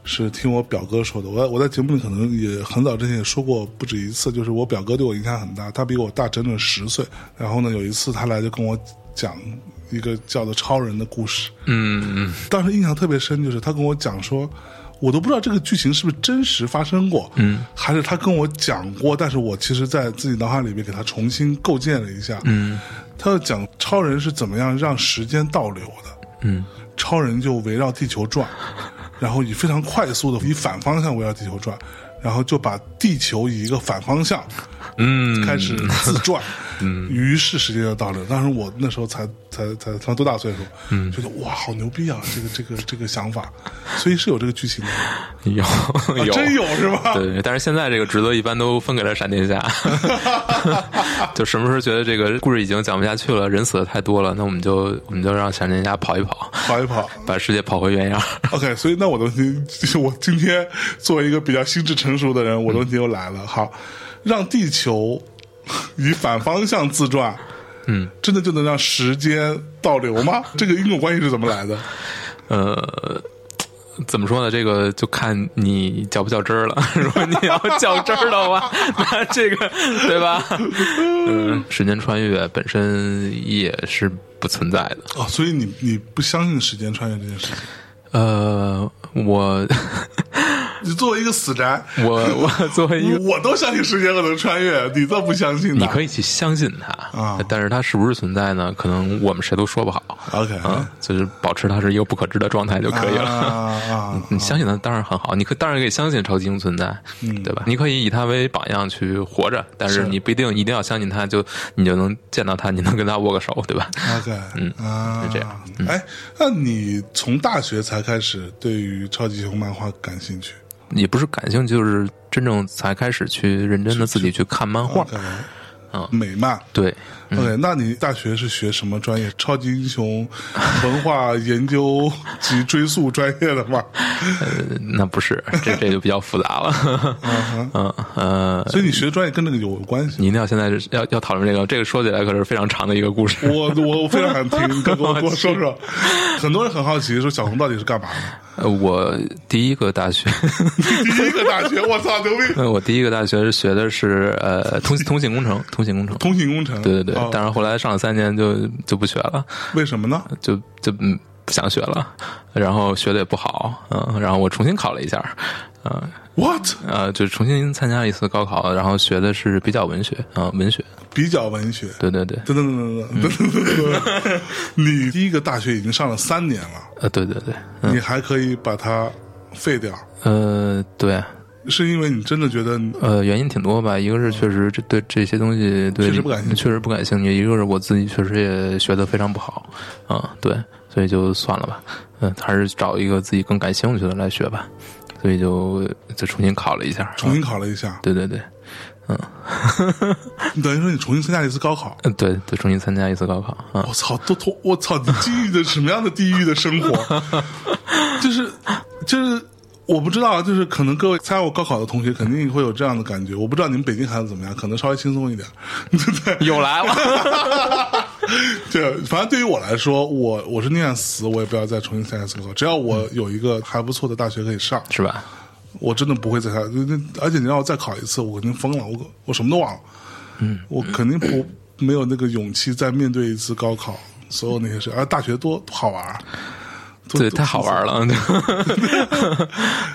是听我表哥说的。我我在节目里可能也很早之前也说过不止一次，就是我表哥对我影响很大，他比我大整整十岁。然后呢，有一次他来就跟我讲一个叫做超人的故事，嗯嗯当时印象特别深，就是他跟我讲说。我都不知道这个剧情是不是真实发生过，嗯，还是他跟我讲过，但是我其实，在自己脑海里面给他重新构建了一下，嗯，他要讲超人是怎么样让时间倒流的，嗯，超人就围绕地球转，然后以非常快速的以反方向围绕地球转，然后就把地球以一个反方向嗯，开始自 转，嗯，于是时间就到了。当时我那时候才才才才多大岁数，嗯，觉得哇，好牛逼啊，这个这个这个想法，所以是有这个剧情的，啊有有、真有啊是吧？对，但是现在这个职责一般都分给了闪 电侠， 就什么时候觉得这个故事已经讲不下去了，人死的太多了，那我们就我们就让闪电侠跑一跑，跑一跑。把世界跑回原样。 OK，所以那我的问题，就是我今天作为一个比较心智成熟的人，我的问题又来了。好，让地球以反方向自转，嗯，真的就能让时间倒流 吗？这个因果关系是怎么来的？呃，怎么说呢？这个就看你较不较真儿了。 如果你要较真儿的话，那这个对吧？嗯，时间穿越本身也是不存在的。哦，所以你你不相信时间穿越这件事情？呃，我你作为一个死宅， 我我作 为一个，我都相信时间可能穿越，你这不相信你呢？可以去相信它啊但是它是不是存在呢？可能我们谁都说不好。 OK 啊，就是保持它是一个不可知的状态就可以了。啊啊！你相信它当然很好，你可当然可以相信超级英雄存在，对吧？你可以以它为榜样去活着，但嗯是你不一定一定要相信它，就你就能见到它，你能跟它握个手，对吧？ OK，嗯啊，是这样。嗯哎，那你从大学才开始对于超级英雄漫画感兴趣也不是感兴趣，就是真正才开始去认真的自己去看漫画。 ？OK，美漫。对， OK，那你大学是学什么专业？超级英雄文化研究及追溯专业的吗？呃那不是，这这就比较复杂了。嗯呃，所以你学的专业跟这个有关系。你一定要现在是要要讨论这个，这个说起来可是非常长的一个故事。我我非常想 听，你跟我跟我说说。很多人很好奇，说小红到底是干嘛的？呃我第一个大学， 第一个大学，我操，牛逼！呃我第一个大学是学的是呃通通信工程，通信工程。通信工程，对对对，哦但是后来上了三年就就不学了，为什么呢？就就嗯不想学了，然后学的也不好，嗯，然后我重新考了一下，嗯 What？呃，就重新参加一次高考，然后学的是比较文学啊、文学，比较文学。对对对，噔噔噔噔噔噔噔噔！你第一个大学已经上了三年了，呃，对对对，你还可以把它废掉，呃，对，是因为你真的觉得呃，原因挺多吧，一个是确实这对这些东西对确实不感兴趣确实不感兴趣，一个是我自己确实也学的非常不好，啊、对，所以就算了吧，嗯、还是找一个自己更感兴趣的来学吧，所以就就重新考了一下，重新考了一下，对对对，你等于说你重新参加了一次高考。呃对对，重新参加一次高考啊。我操，都都我操，你地狱的什么样的地狱的生活？就是就是，我不知道，就是可能各位参加过高考的同学肯定会有这样的感觉。我不知道你们北京孩子怎么样，可能稍微轻松一点，对不 对？又来了，对，反正对于我来说，我我是宁愿死，我也不要再重新参加一次高考。只要我有一个还不错的大学可以上， 是吧？我真的不会再考，那那而且你让我再考一次，我肯定疯了，我我什么都忘了，嗯，我肯定不没有那个勇气再面对一次高考所有那些事，啊，大学多好玩儿，多对，太好玩了。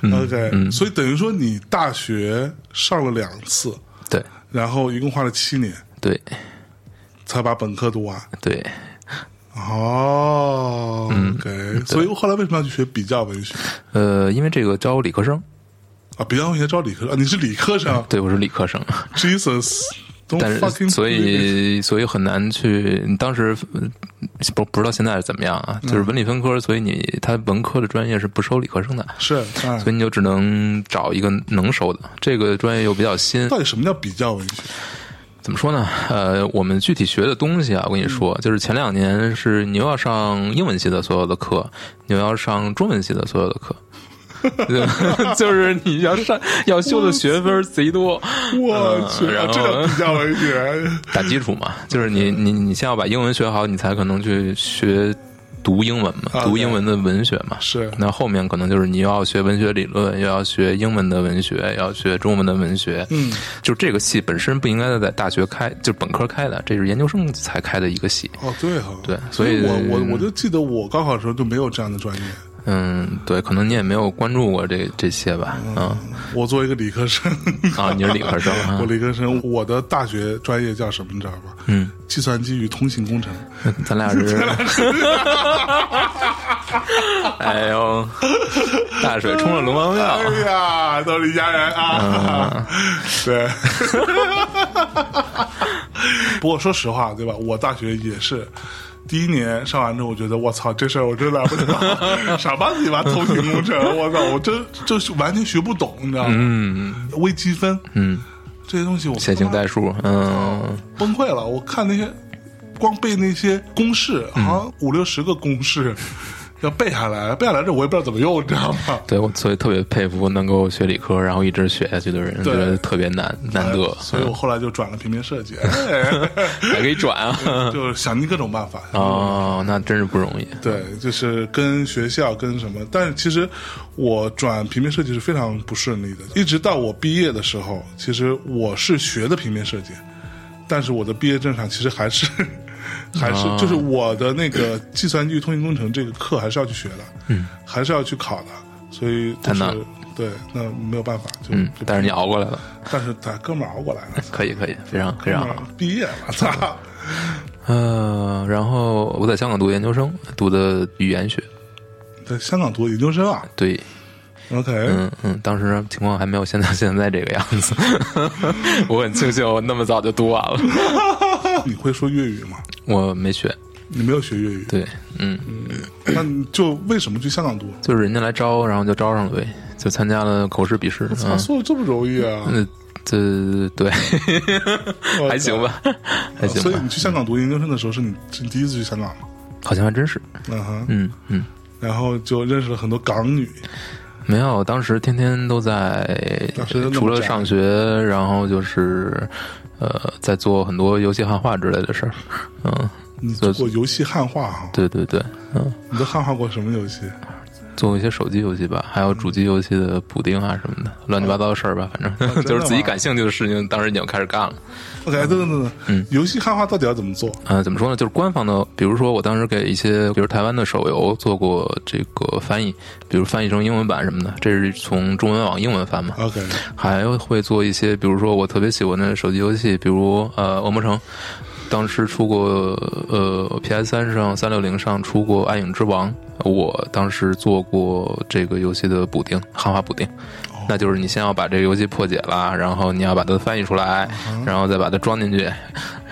嗯多 OK，、所以等于说你大学上了两次，对然后一共花了七年对才把本科读完，对，哦、o 嗯 k 所以后来为什么要去学比较文学呃，因为这个招理科生，啊？比较文学招理科啊，你是理科 生对我是理科生， ，Jesus。Don't 但 fucking 是所 do this 以所以很难去，你当时呃不不知道现在是怎么样啊？就是文理分科，所以你他文科的专业是不收理科生的，是，哎所以你就只能找一个能收的。这个专业又比较新到，底什么叫比较文学？怎么说呢？呃，我们具体学的东西啊，我跟你说，就是前两年是你又要上英文系的所有的课，你又要上中文系的所有的课。 对就是你要上要修的学分贼多，我去，啊嗯然后这叫比较文学。打基础嘛，就是你你你先要把英文学好，你才可能去学读英文嘛，啊读英文的文学嘛。是那后面可能就是你又要学文学理论，又要学英文的文学，又要学中文的文学。嗯，就这个系本身不应该在大学开，就是本科开的，这是研究生才开的一个系。哦，对哈，对所所以我我我就记得我高考的时候就没有这样的专业。嗯，对，可能你也没有关注过这这些吧。嗯我作为一个理科生，啊，你是理科生啊 我？理科生，我的大学专业叫什么？你知道吧？嗯，计算机与通信工程。 咱俩是， 哎呦，大水冲了龙王庙。 哎呀，都是一家人啊！对。 不过说实话，对吧？我大学也是。第一年上完之后，我觉得我操，这事儿我真来不 了，傻吧唧吧，通信工程，我操，我真就是完全学不懂，你知道吗？嗯，微积分，嗯，这些东西我线性代哦数，嗯，崩溃了。我看那些光背那些公式，好像五六十个公 式要背下来，背下来这我也不知道怎么用，你知道吗？对我所以特别佩服能够学理科，然后一直学下去的人，觉对得特别难难得，嗯嗯所以我后来就转了平面 设计，哎还可以转啊。就是想尽各种办法。 哦，那真是不容易。对，就是跟学校跟什么，但是其实我转平面设计是非常不顺利的，一直到我毕业的时候，其实我是学的平面设计，但是我的毕业证上其实还是 还啊是就是我的那个计算机通信工程这个课还是要去学的，嗯，还是要去考的，所以就太难是了对，那没有办法，就嗯，但是你熬过来了，但是咱哥们儿熬过来了，可以可以，非常非哥常们好。儿毕业了，操！嗯呃，然后我在香港读研究生，读的语言学，在香港读研究生啊对， ，OK，嗯嗯，当时情况还没有现在 现在这个样子， 我很庆幸我那么早就读完了，你会说粤语吗？我没学，你没有学粤语，对，嗯，那你就为什么去香港读？就是人家来招，然后就招上了呗，就参加了口试笔试，操，嗯，说的这么容易啊？那这对我操还行。吧，还行所以吧你，去香港读研究生的时候，是你是你第一次去香港吗？好像还真是，嗯哼，嗯嗯。然后就认识了很多港女，没有，当时天天都在当时那么，除了宅上学，然后就是，呃，在做很多游戏汉化之类的事儿。嗯，你做过游戏汉化哈？对对对，嗯，你都汉化过什么游戏？做一些手机游戏吧，还有主机游戏的补丁啊什么的，乱七八糟的事儿吧，反哦真的正就是自己吗感兴趣的事情，当时已经开始干了。 OK，等等等等，游戏汉化到底要怎么做？呃，怎么说呢？就是官方的，比如说我当时给一些，比如台湾的手游做过这个翻译，比如翻译成英文版什么的，这是从中文往英文翻嘛。 OK，还会做一些，比如说我特别喜欢的手机游戏，比如呃《恶魔城》，当时出过呃 PS 三上、三六零上出过《暗影之王》，我当时做过这个游戏的补丁，汉化补丁。哦那就是你先要把这个游戏破解了，然后你要把它翻译出来，然后再把它装进去、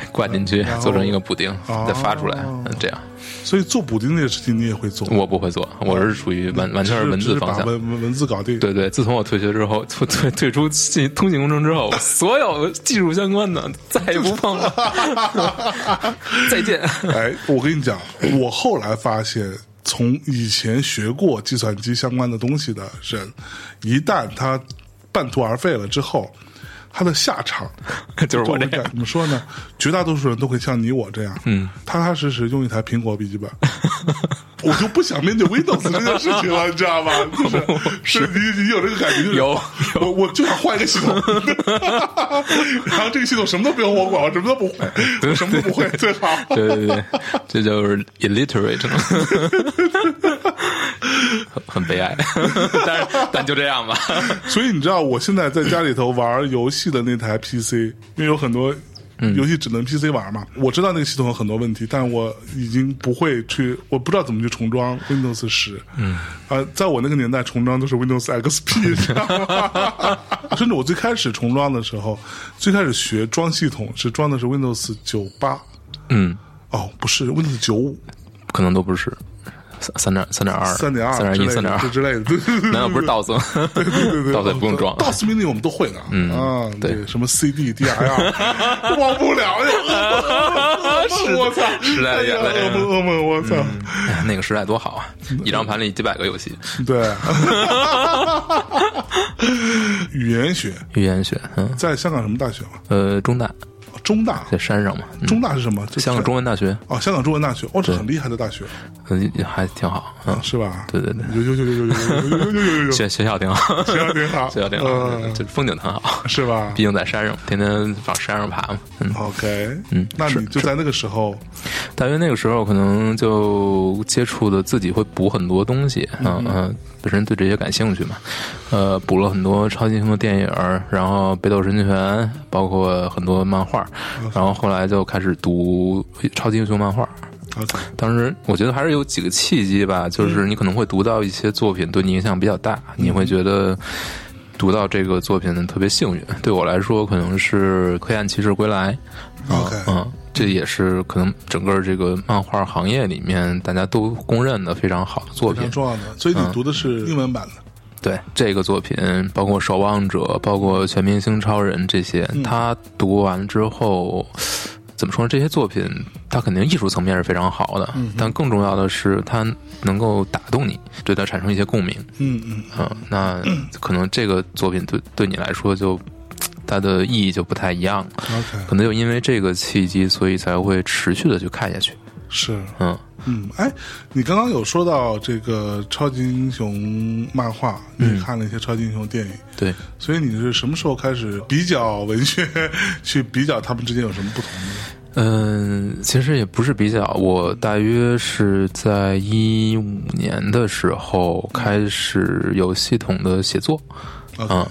灌进去嗯然，后做成一个补丁哦，再发出来。嗯这样所以做补丁这个事情你也会做，我不会做，我是属于完完全是文嗯只字是方把向。文文文字搞定。对对，自从我退学之后，退退退出信通信工程之后，所有技术相关的再也不碰了。再见。 哎，我跟你讲，我后来发现，从以前学过计算机相关的东西的人，一旦他半途而废了之后，他的下场 就是我这样就会怎么说呢？绝大多数人都会像你我这样，嗯，踏踏实实用一台苹果笔记本。 我就不想面对 Windows 这件事情了，你知道吧？ 就是是你你有这个感觉，就是有我我就想换一个 系统， 然后这个系统什么都不用我管，我什么都不会，我什么都不会，最好。对对对，这就是 illiterate，很很悲哀。但是但就这样吧。所以你知道我现在在家里头玩游戏的那台 PC，因为有很多嗯游戏只能 PC 玩嘛，我知道那个系统有很多问题，但我已经不会去，我不知道怎么去重装 Windows 十。嗯，啊，在我那个年代重装都是 Windows XP，你知道吗？ 甚至我最开始重装的时候，最开始学装系统是装的是 Windows 九八，嗯，哦，不是 Windows 九五、可能都不是三三点三点二、三点二、三点一、三点二，之类的， 对对对对难道不是 DOS 吗？DOS 也不用装。 DOS Mini 我们都会的，嗯啊，对对，什么 CD、DIR，忘不了呀，是我操，时代的眼泪哎呀噩梦，噩梦，我操，哎呀那个时代多好啊！一张盘里几百个游戏。对，语言学语言学，嗯，在香港什么大学嘛？呃，中大中大，在山上嘛，嗯中大是什么？这香港中文大学，哦，香港中文大学，哦，这很厉害的大学，嗯，也还挺好，嗯，是吧？对对对，有有有有有有有有有有有，学学校挺好，学校挺好，学校挺好，嗯就是风景挺好，是吧毕竟在山上，天天往山上爬嘛，嗯， ？OK，嗯，那你就在那个时候，大约那个时候可能就接触的自己会补很多东西，嗯嗯，本身对这些感兴趣嘛，呃，补了很多超级英雄的电影儿，然后《北斗神拳》，包括很多漫画，嗯然后后来就开始读超级英雄漫画， OK，当时我觉得还是有几个契机嗯吧，就是你可能会读到一些作品对你影响比较大，你会觉得读到这个作品特别幸运。对我来说，可能是《黑暗骑士归来》啊 OK 嗯，这也是可能整个这个漫画行业里面大家都公认的非常好的作非品常。重要的。所以嗯你读的是英文版的，对这个作品，包括《守望者》，包括《全明星超人》这些，他读完之后，怎么说呢？这些作品，它肯定艺术层面是非常好的，但更重要的是，它能够打动你，对它产生一些共鸣。嗯嗯，嗯，那 可能这个作品对对你来说就。它的意义就不太一样了， OK，可能就因为这个契机，所以才会持续的去看下去。是，嗯，嗯，哎，你刚刚有说到这个超级英雄漫画，嗯你看了一些超级英雄电影，对， 所以你是什么时候开始比较文学，去比较他们之间有什么不同的？嗯，其实也不是比较，我大约是在一五年的时候开始有系统的写作， OK 嗯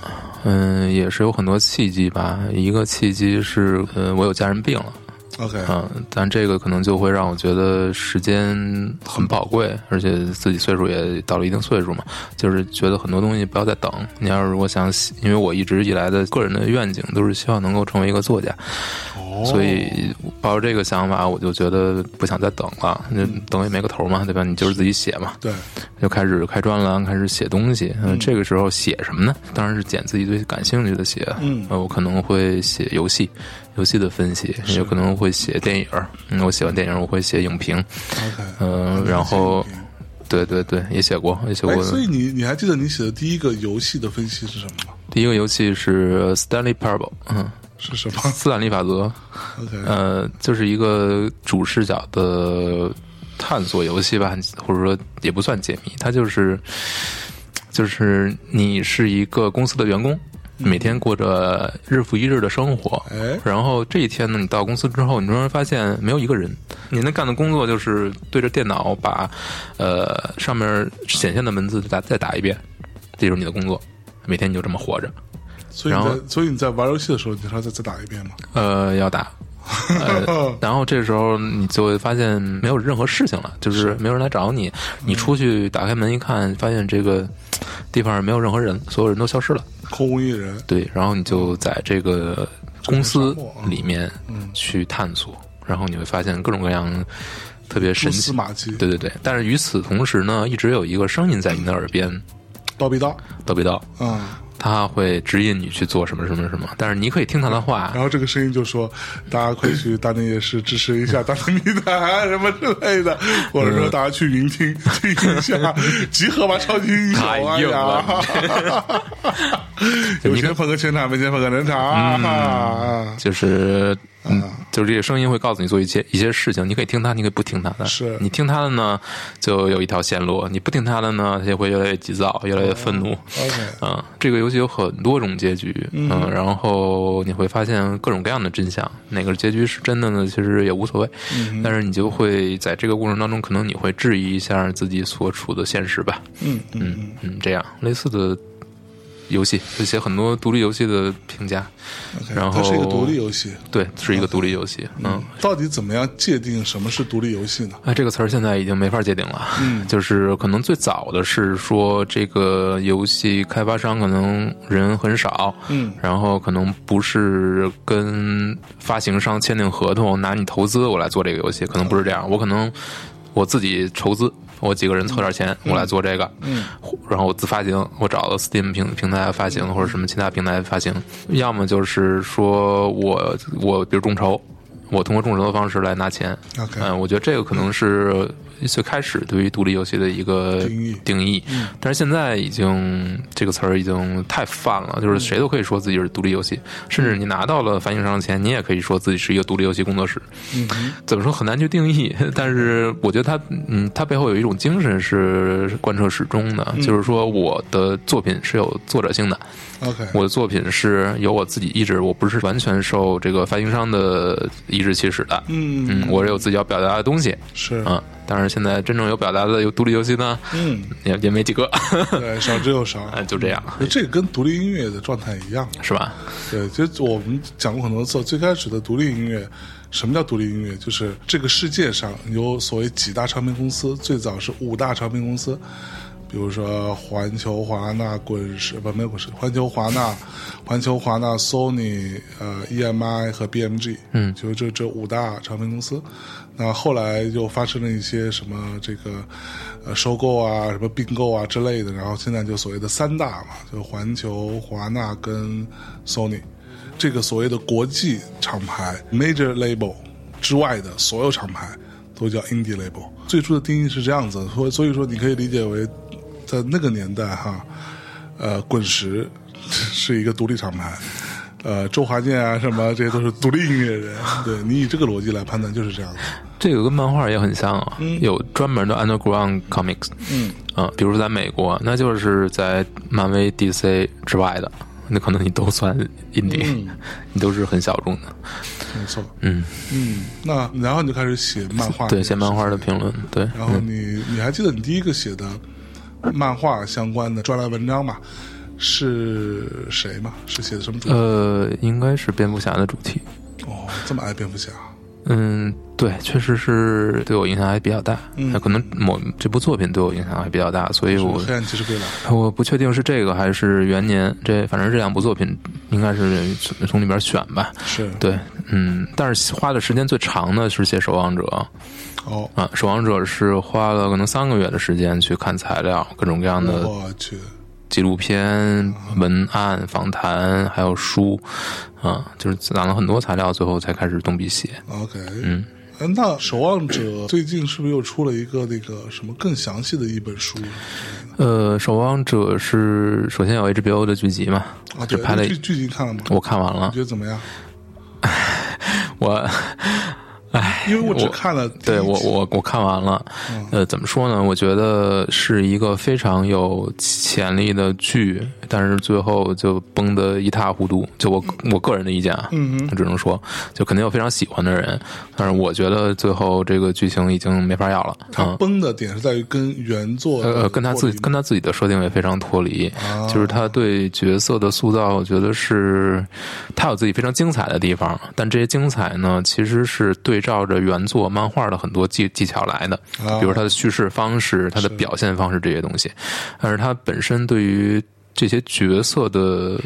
嗯，也是有很多契机吧。一个契机是，呃，我有家人病了， OK，嗯，但这个可能就会让我觉得时间很宝贵，而且自己岁数也到了一定岁数嘛，就是觉得很多东西不要再等。你要是如果想写，因为我一直以来的个人的愿景都是希望能够成为一个作家，哦，所以抱着这个想法，我就觉得不想再等了，那嗯等也没个头嘛，对吧？你就是自己写嘛，对，就开始开专栏，开始写东西。嗯，这个时候写什么呢？当然是捡自己最感兴趣的写。嗯呃，我可能会写游戏，游戏的分析，也可能会写电影儿。嗯，我喜欢电影，我会写影评。 ，OK，嗯、然后，对对对，也写过，也写哎过，。所以你你还记得你写的第一个游戏的分析是什么吗？第一个游戏是 Stanley Parable，嗯，是什 么斯坦利法则。 ？OK，呃，就是一个主视角的探索游戏吧，或者说也不算解谜，它就是就是你是一个公司的员工，每天过着日复一日的生活。哎，然后这一天呢，你到公司之后，你突然发现没有一个人，你能干的工作就是对着电脑把呃上面显现的文字再打再打一遍，这就是你的工作。每天你就这么活着，所以然你后在所以你在玩游戏的时候，你还要再再打一遍吗？啊呃，要打。呃，然后这时候你就会发现没有任何事情了，就是没有人来找你。你出去打开门一看，发现这个地方没有任何人，所有人都消失了。空无一人。对，然后你就在这个公司沙漠啊里面去探索，然后你会发现各种各样特别神蛛丝奇。马迹，对对对，但是与此同时呢，一直有一个声音在你的耳边叨逼叨，叨逼叨，嗯，他会指引你去做什么什么什么，但是你可以听他的话，然后这个声音就说，大家快去大内夜市支持一下大内密谈啊什么之类的，或者嗯说大家去云听听一下，集合吧，超级英雄太啊硬 呀！有钱捧个全场，没钱捧个冷嗯场啊！就是，嗯，就是这个声音会告诉你做一些一些事情，你可以听它，你可以不听它的。是你听它的呢，就有一条线路；你不听它的呢，它就会越来越急躁，越来越愤怒。 OK，嗯，这个游戏有很多种结局，嗯，然后你会发现各种各样的真相，哪个结局是真的呢？其实也无所谓，但是你就会在这个过程当中，可能你会质疑一下自己所处的现实吧。嗯嗯，嗯嗯，这样类似的游戏，就写很多独立游戏的评价。 OK，然后它是一个独立游戏，对，是一个独立游戏。嗯，到底怎么样界定什么是独立游戏呢？哎，这个词儿现在已经没法界定了。嗯， 就是可能最早的是说这个游戏开发商可能人很少，嗯，然后可能不是跟发行商签订合同，拿你投资我来做这个游戏，可能不是这样。我可能我自己筹资，我几个人凑点钱，我来做这个，嗯，然后我自发行，我找了 Steam 平平台发行或者什么其他平台发行，要么就是说我我比如众筹。我通过众筹的方式来拿钱 OK 嗯，我觉得这个可能是最开始对于独立游戏的一个定义嗯定义，但是现在已经这个词儿已经太泛了，嗯就是谁都可以说自己是独立游戏，甚至你拿到了发行商的钱，你也可以说自己是一个独立游戏工作室。嗯哼怎么说很难去定义， 但是我觉得它，嗯，它背后有一种精神是贯彻始终嗯的，就是说我的作品是有作者性的， ，OK，我的作品是有我自己意志，我不是完全受这个发行商的意志驱使的。嗯嗯，我是有自己要表达的东西是，啊。当然，现在真正有表达的有独立游戏呢，嗯，也也没几个， 对，少之又少。啊就这样，这个跟独立音乐的状态一样，是吧？对，其实我们讲过很多次，最开始的独立音乐，什么叫独立音乐？就是这个世界上有所谓几大唱片公司，最早是五大唱片公司，比如说环球、华纳、滚石，不，没有滚石，环球、华纳、环球、华纳、Sony、呃 EMI 和 BMG，嗯，就是这这五大唱片公司。那后来又发生了一些什么这个呃收购啊、什么并购啊之类的，然后现在就所谓的三大嘛，就环球、华纳跟 Sony。这个所谓的国际厂牌 major label 之外的所有厂牌都叫 indie label。最初的定义是这样子，所所以说你可以理解为，在那个年代哈，呃，滚石 是一个独立厂牌，呃，周华健啊什么这些都是独立音乐人。对你以这个逻辑来判断就是这样子。这个跟漫画也很像啊，有专门的 underground comics，嗯啊、比如说在美国，那就是在漫威、DC 之外的，那可能你都算印地，嗯你都是很小众的。没错，嗯，嗯，那然后你就开始写漫画，对，写漫画的嗯评论，对，然后你你还记得你第一个写的漫画相关的专栏文章吗？是谁吗？是写的什么主题？呃，应该是蝙蝠侠的主题。哦，这么爱蝙蝠侠，嗯，对，确实是对我影响还比较大，嗯可能某这部作品对我影响还比较大，所以是我黑暗骑士归来。我不确定是这个还是元年，这反正这两部作品应该是从从里边选吧。是对，嗯，但是花的时间最长的是写《守望者》哦，啊，《守望者》是花了可能三个月的时间去看材料，各种各样的我去，纪录片、文案、访谈，还有书，啊，就是攒了很多材料，最后才开始动笔写。 OK，嗯，哎那《守望者》最近是不是又出了一个那个什么更详细的一本书？呃，《守望者》是首先有 HBO 的剧集嘛，啊，只对，拍了那剧剧集看了吗？我看完了你觉，得怎么样？ 我因为我只我看了第一对我集我我看完了，嗯呃，怎么说呢？我觉得是一个非常有潜力的剧，但是最后就崩得一塌糊涂。就我我个人的意见啊，嗯哼我只能说，就肯定有非常喜欢的人，但是我觉得最后这个剧情已经没法要了，它嗯。崩的点是在于跟原作呃呃，跟他自己己跟他自己的设定也非常脱离，啊就是他对角色的塑造，我觉得是他有自己非常精彩的地方，但这些精彩呢，其实是对照着原作漫画的很多技技巧来的，啊比如他的叙事方式、他的表现方式这些东西，但是他本身对于这些角色的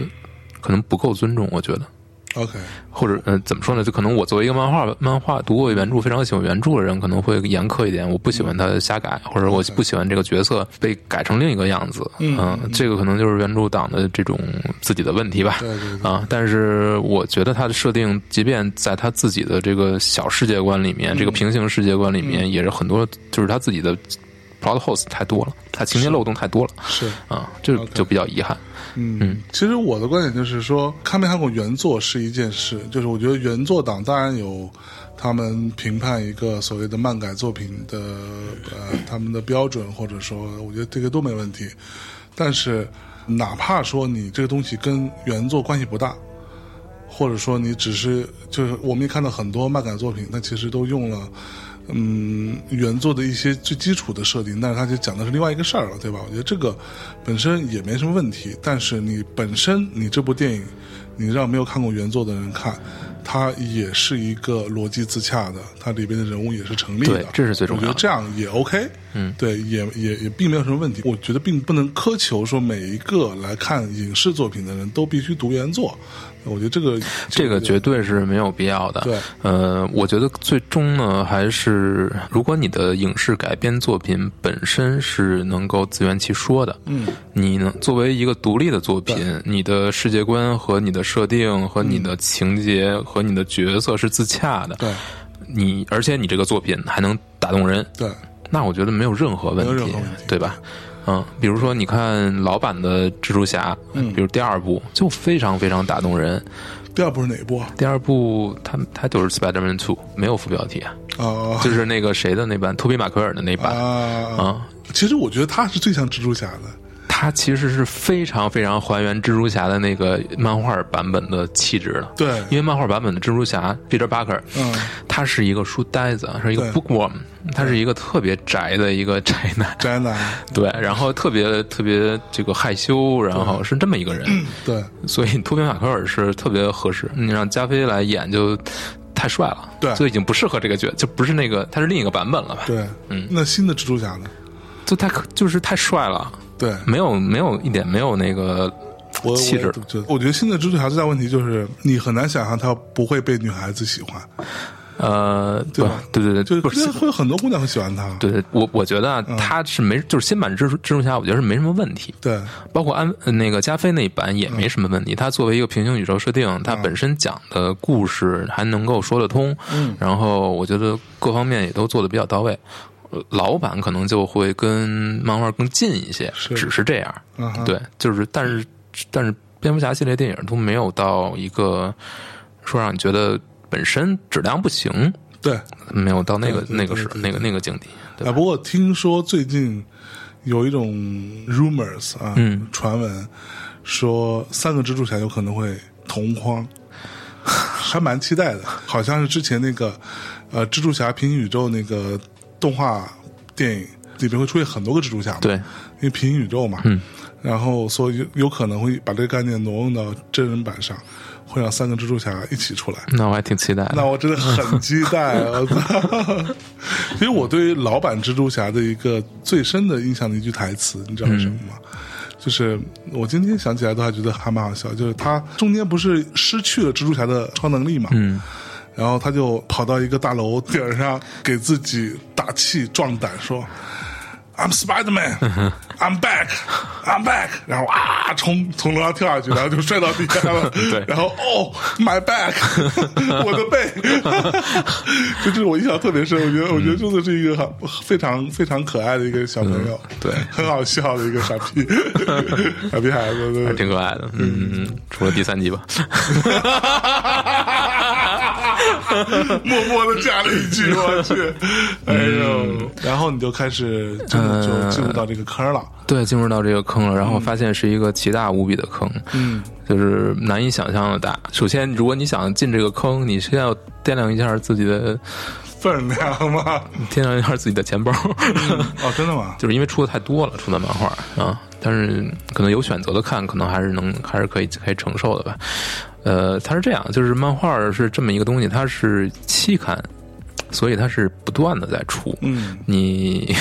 可能不够尊重，我觉得。啊 OK 或者呃，怎么说呢？就可能我作为一个漫画漫画读过原著、非常喜欢原著的人，可能会严苛一点。我不喜嗯欢他瞎改，或者我不喜欢这个角色被改成另一个样子。呃嗯这个可能就是原著党的这种自己的问题吧。对对对啊，但是我觉得他的设定，即便在他自己的这个小世界观里面，这嗯个平行世界观里面，也是很多就是他自己的 plot holes 太多了，他情节漏洞太多了是啊，这 OK 就比较遗憾。嗯，其实我的观点就是说，看没看过原作是一件事，就是我觉得原作党当然有他们评判一个所谓的漫改作品的呃他们的标准，或者说我觉得这个都没问题。但是哪怕说你这个东西跟原作关系不大，或者说你只是就是我们也看到很多漫改作品，它其实都用了。嗯，原作的一些最基础的设定，但是它就讲的是另外一个事儿了，对吧？我觉得这个本身也没什么问题，但是你本身你这部电影，你让没有看过原作的人看，它也是一个逻辑自洽的，它里边的人物也是成立的对，这是最重要的我觉得这样也 OK，嗯，对，也也也并没有什么问题。我觉得并不能苛求说每一个来看影视作品的人都必须读原作，我觉得这个这个绝对是没有必要的。对，呃，我觉得最终呢，还是如果你的影视改编作品本身是能够自圆其说的，嗯，你能作为一个独立的作品，你的世界观和你的设定和你的情节和你的角色是自洽的，对你而且你这个作品还能打动人，对那我觉得没有任何问没有题，任何问题对吧？嗯，比如说你看老版的蜘蛛侠，嗯比如第二部就非常非常打动人，第二部是哪一部啊？第二部它它就是 Spider-Man Two，没有副标题啊，啊 就是那个谁的那版，托比马奎尔的那版啊！啊。其实我觉得他是最像蜘蛛侠的，它其实是非常非常还原蜘蛛侠的那个漫画版本的气质的，对因为漫画版本的蜘蛛侠 Peter Parker，嗯，他是一个书呆子，是一个对 bookworm，他是一个特别宅的一个宅男，宅男，对，然后特别特别这个害羞，然后是这么一个人， 对所以托比马奎尔是特别合适。你让加菲来演就太帅了，对就已经不适合这个角，就不是那个，他是另一个版本了吧？，对，嗯那新的蜘蛛侠呢？就太可就是太帅了，对，没有没有一点没有那个我气质我也觉得我觉得新的蜘蛛侠最大问题就是你很难想象他不会被女孩子喜欢，呃，对不吧对对对，就是嗯不肯定是。会有很多姑娘会喜欢他。对，我我觉得啊他是没，就是新版蜘蛛蜘蛛侠，我觉得是没什么问题。对包括安呃那个加菲那一版也没什么问题。它作为一个平行宇宙设定，它本身讲的故事还能够说得通，嗯然后我觉得各方面也都做得比较到位。呃老版可能就会跟漫画更近一些，是只是这样。嗯哼对，就是但是但是蝙蝠侠系列电影都没有到一个说让你觉得本身质量不行，对，没有到那个对对那个时对对那个那个境地。对啊，不过听说最近有一种 rumors 啊，嗯传闻说三个支柱侠有可能会同 框，还蛮期待的。好像是之前那个呃蜘蛛侠平行宇宙那个动画电影里边会出现很多个蜘蛛侠嘛，对，因为平行宇宙嘛，嗯，然后所以有有可能会把这个概念挪用到真人版上，会让三个蜘蛛侠一起出来。那我还挺期待那的。我真的很期待，我 操！因为我对老版蜘蛛侠的一个最深的印象的一句台词，你知道是什么吗？就是我今天想起来都还觉得还蛮好笑，就是他中间不是失去了蜘蛛侠的超能力嘛，嗯，然后他就跑到一个大楼顶上给自己打气壮胆说。I'm Spiderman, I'm back, I'm back，然 后啊，冲从楼上跳下去，然后就摔到地下了。 对然后哦，my back，我的背， 就这是我印象特别深。我觉得，嗯我觉得真的是一个很非常非常可爱的一个小朋友，嗯对 很好笑的一个傻逼 傻逼孩子，对挺可爱的，嗯，嗯除了第三集吧， 默默的加了 一句，我去，嗯哎呦，然后你就开始真的呃就进入到这个坑了，对，进入到这个坑了，然后发现是一个奇大无比的坑，嗯，就是难以想象的大。首先，如果你想进这个坑，你先要掂量一下自己的，分量吗？掂量一下自己的钱包， 哦，真的吗？就是因为出的太多了，出的漫画啊，但是可能有选择的看，可能还是能还是可以可以承受的吧。呃，它是这样，就是漫画是这么一个东西，它是期刊，所以它是不断的在出，嗯你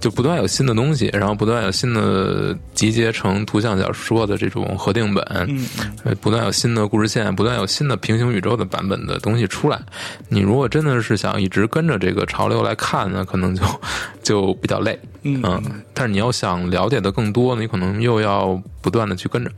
就不断有新的东西，然后不断有新的集结成图像小说的这种核定本，嗯呃不断有新的故事线，不断有新的平行宇宙的版本的东西出来。你如果真的是想一直跟着这个潮流来看呢，可能就就比较累，嗯嗯。但是你要想了解的更多，你可能又要不断的去跟着，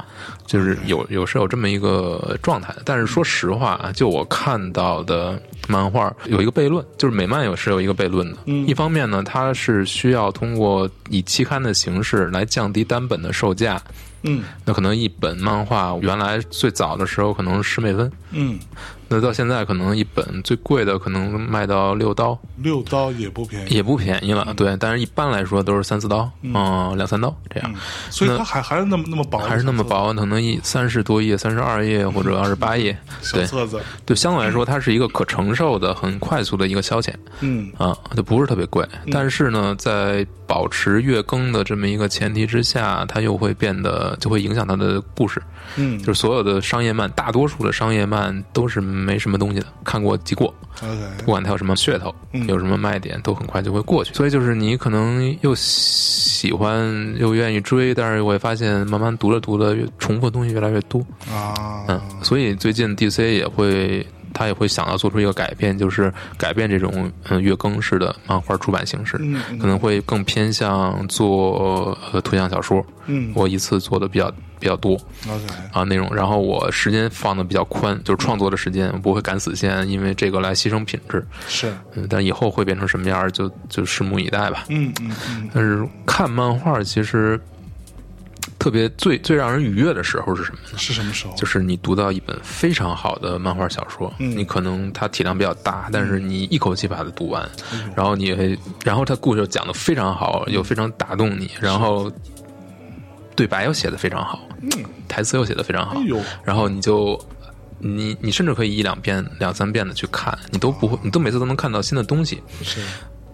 就是有嗯有是有这么一个状态的。但是说实话啊，就我看到的漫画有一个悖论，就是美漫有是有一个悖论的。嗯一方面呢，它是需要通过以期刊的形式来降低单本的售价。嗯那可能一本漫画原来最早的时候可能十美分，嗯，那到现在可能一本最贵的可能卖到六刀，六刀也不便宜，也不便宜了。对，但是一般来说都是三四刀，嗯、两三刀这样。嗯，所以它还还是那么那么薄，还是那么薄，可能一三十多页、三十二页或者二十八页，小对册子，对，相对来说它是一个可承受的、很快速的一个消遣嗯啊，就不是特别贵。但是呢，在保持月更的这么一个前提之下，它又会变得就会影响它的故事，嗯，就是所有的商业漫，大多数的商业漫都是没什么东西的，看过即过，不 OK，管它有什么噱头嗯，有什么卖点，都很快就会过去。所以就是你可能又喜欢又愿意追，但是我也发现慢慢读着读着，越重复的东西越来越多。啊，嗯，所以最近 DC 也会，他也会想要做出一个改变，就是改变这种嗯月更式的漫画出版形式，嗯嗯可能会更偏向做呃图像小说。嗯我一次做的比较比较多 OK，啊内容，然后我时间放的比较宽，就是创作的时间，我不会赶死线，因为这个来牺牲品质。是，嗯，但以后会变成什么样儿，就就拭目以待吧。嗯嗯嗯但是看漫画其实特别最最让人愉悦的时候是什么呢？是什么时候？就是你读到一本非常好的漫画小说，嗯你可能它体量比较大，但是你一口气把它读完，哎然后你会，然后它故事又讲的非常好，嗯又非常打动你，然后对白又写的非常好，台词又写的非常好嗯哎，呦，然后你就。你你甚至可以一两遍、两三遍的去看，你都不会，你都每次都能看到新的东西。是，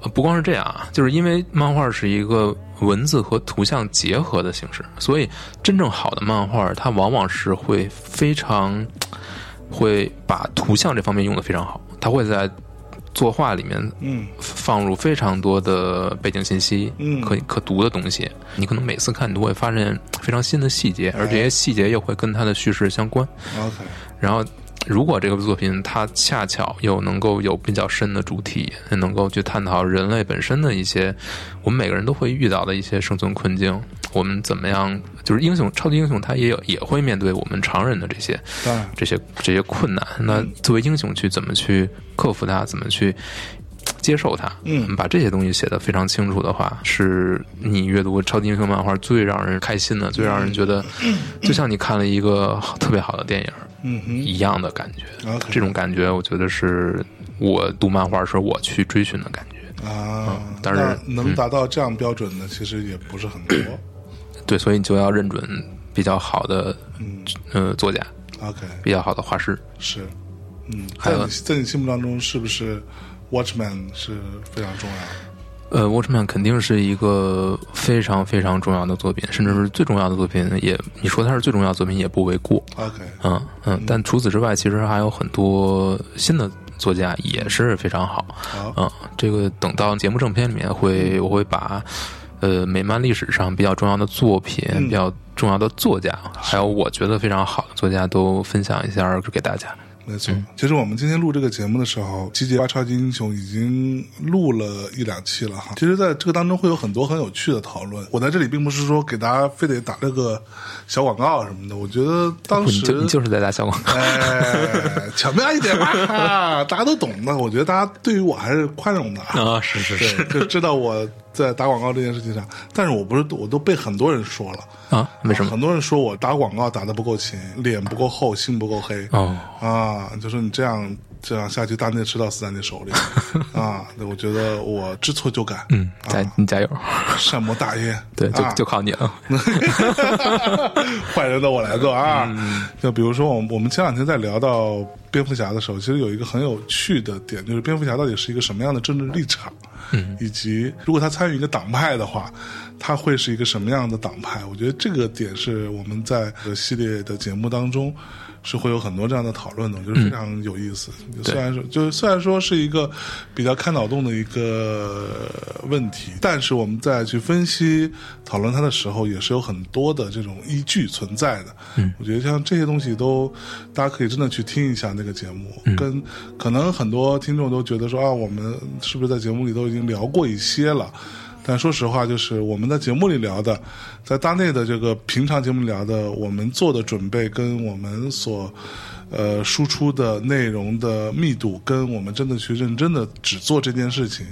呃不光是这样啊，就是因为漫画是一个文字和图像结合的形式，所以真正好的漫画，它往往是会非常会把图像这方面用的非常好，它会在作画里面嗯放入非常多的背景信息，嗯可可读的东西。你可能每次看，你都会发现非常新的细节，而这些细节又会跟它的叙事相关。 ，OK，然后，如果这个作品它恰巧又能够有比较深的主题，能够去探讨人类本身的一些我们每个人都会遇到的一些生存困境，我们怎么样？就是英雄、超级英雄，他也有也会面对我们常人的这些当然，这些这些困难。那作为英雄去怎么去克服它，怎么去接受它？嗯把这些东西写得非常清楚的话，是你阅读超级英雄漫画最让人开心的，最让人觉得，就像你看了一个特别好的电影嗯哼一样的感觉。 ，OK，这种感觉，我觉得是我读漫画时候我去追寻的感觉。啊，当然那能达到这样标准的，其实也不是很多。对，所以你就要认准。比较好的嗯呃作家， ，OK，比较好的画师。是，嗯，还在有你在你心目当中是不是 Watchman 是非常重要的？呃，《Watchman》肯定是一个非常非常重要的作品，甚至是最重要的作品也，你说它是最重要的作品也不为过。 OK，嗯嗯嗯，但除此之外，其实还有很多新的作家也是非常好。好，嗯嗯，这个等到节目正片里面会，我会把呃美漫历史上比较重要的作品、嗯比较重要的作家，还有我觉得非常好的作家都分享一下给大家。没错。嗯其实我们今天录这个节目的时候，《集结吧超级英雄》已经录了一两期了哈。其实，在这个当中会有很多很有趣的讨论。我在这里并不是说给大家非得打这个小广告什么的，我觉得当你时就你就是在打小广告，哎，巧妙一点吧，大家都懂的。我觉得大家对于我还是宽容的 啊，啊，是是对，就知道我在打广告这件事情上。但是我不是，我都被很多人说了，啊，为什么？很多人说我打广告打的不够勤，脸不够厚，心不够黑哦，啊，就说你这样这样下去，大内吃到死在 你手里啊。那我觉得我知错就改，啊嗯，加你加油，善莫大焉。对，就啊就靠你了。 坏人的我来做啊！就比如说，我们我们前两天在聊到蝙蝠侠的时候，其实有一个很有趣的点，就是蝙蝠侠到底是一个什么样的政治立场，嗯，以及如果他参与一个党派的话，他会是一个什么样的党派？我觉得这个点是我们在这个系列的节目当中。是会有很多这样的讨论的，我觉得非常有意思。虽然说，就是虽然说是一个比较开脑洞的一个问题，但是我们在去分析讨论它的时候，也是有很多的这种依据存在的。嗯，我觉得像这些东西都，大家可以真的去听一下那个节目，跟可能很多听众都觉得说啊，我们是不是在节目里都已经聊过一些了？但说实话，就是我们在节目里聊的，在大内的这个平常节目里聊的，我们做的准备跟我们所呃输出的内容的密度，跟我们真的去认真的只做这件事情，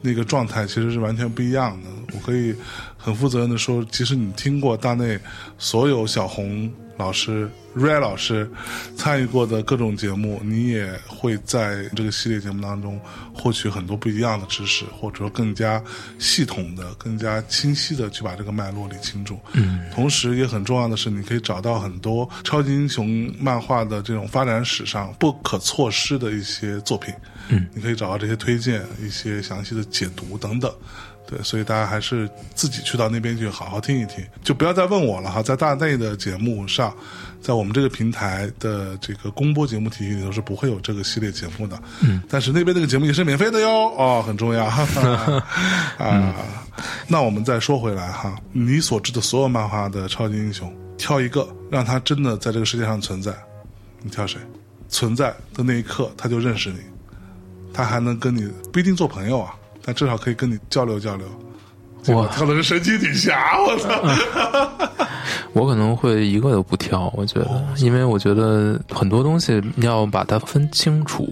那个状态其实是完全不一样的。我可以很负责任的说，即使你听过大内所有小红老师、Ray 老师参与过的各种节目，你也会在这个系列节目当中获取很多不一样的知识，或者说更加系统的、更加清晰的去把这个脉络理清楚。嗯，同时也很重要的是，你可以找到很多超级英雄漫画的这种发展史上不可错失的一些作品。嗯，你可以找到这些推荐、一些详细的解读等等。对，所以大家还是自己去到那边去好好听一听，就不要再问我了哈。在大内的节目上，在我们这个平台的这个公播节目体系里头是不会有这个系列节目的。嗯，但是那边那个节目也是免费的哟，哦，很重 要哈哈啊。那我们再说回来哈，你所知的所有漫画的超级英雄，挑一个让他真的在这个世界上存在，你挑谁？存在的那一刻他就认识你，他还能跟你不一定做朋友啊，但至少可以跟你交流交流。结果哇挑的是神奇女侠， 我操！我可能会一个都不挑，我觉得，因为我觉得很多东西你要把它分清楚，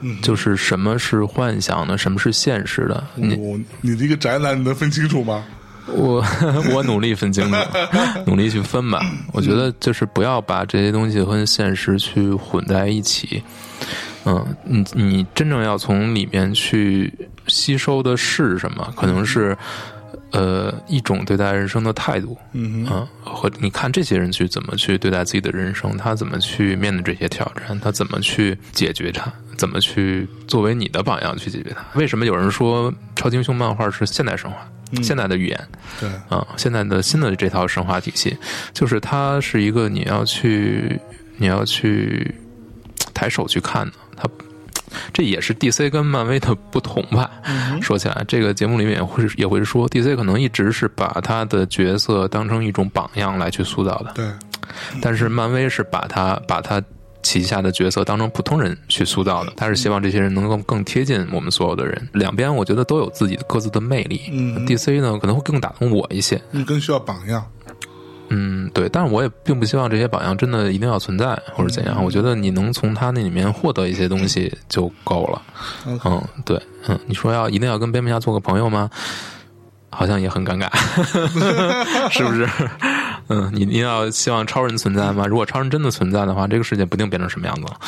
嗯就是什么是幻想的，什么是现实的。你我你这个宅男，你能分清楚吗？我 我努力分清楚，努力去分吧。我觉得就是不要把这些东西和现实去混在一起。嗯，你你真正要从里面去吸收的是什么？可能是呃一种对待人生的态度。嗯哼，嗯，和你看这些人去怎么去对待自己的人生，他怎么去面对这些挑战，他怎么去解决它，怎么去作为你的榜样去解决它。为什么有人说超级英雄漫画是现代神话、嗯现代的语言对，啊、现在的新的这套神话体系，就是它是一个你要去你要去抬手去看的，它。这也是 DC 跟漫威的不同吧？说起来，这个节目里面也会也会说，DC 可能一直是把他的角色当成一种榜样来去塑造的，对，但是漫威是把他把他旗下的角色当成普通人去塑造的，他是希望这些人能够更贴近我们所有的人。两边我觉得都有自己各自的魅力。嗯 DC 呢可能会更打动我一些，你更需要榜样。嗯，对，但是我也并不希望这些榜样真的一定要存在或者怎样。我觉得你能从他那里面获得一些东西就够了。 OK 嗯，对，嗯，你说要一定要跟蝙蝠侠做个朋友吗？好像也很尴尬， 是不是？嗯，你一定要希望超人存在吗？如果超人真的存在的话，这个世界不定变成什么样子了。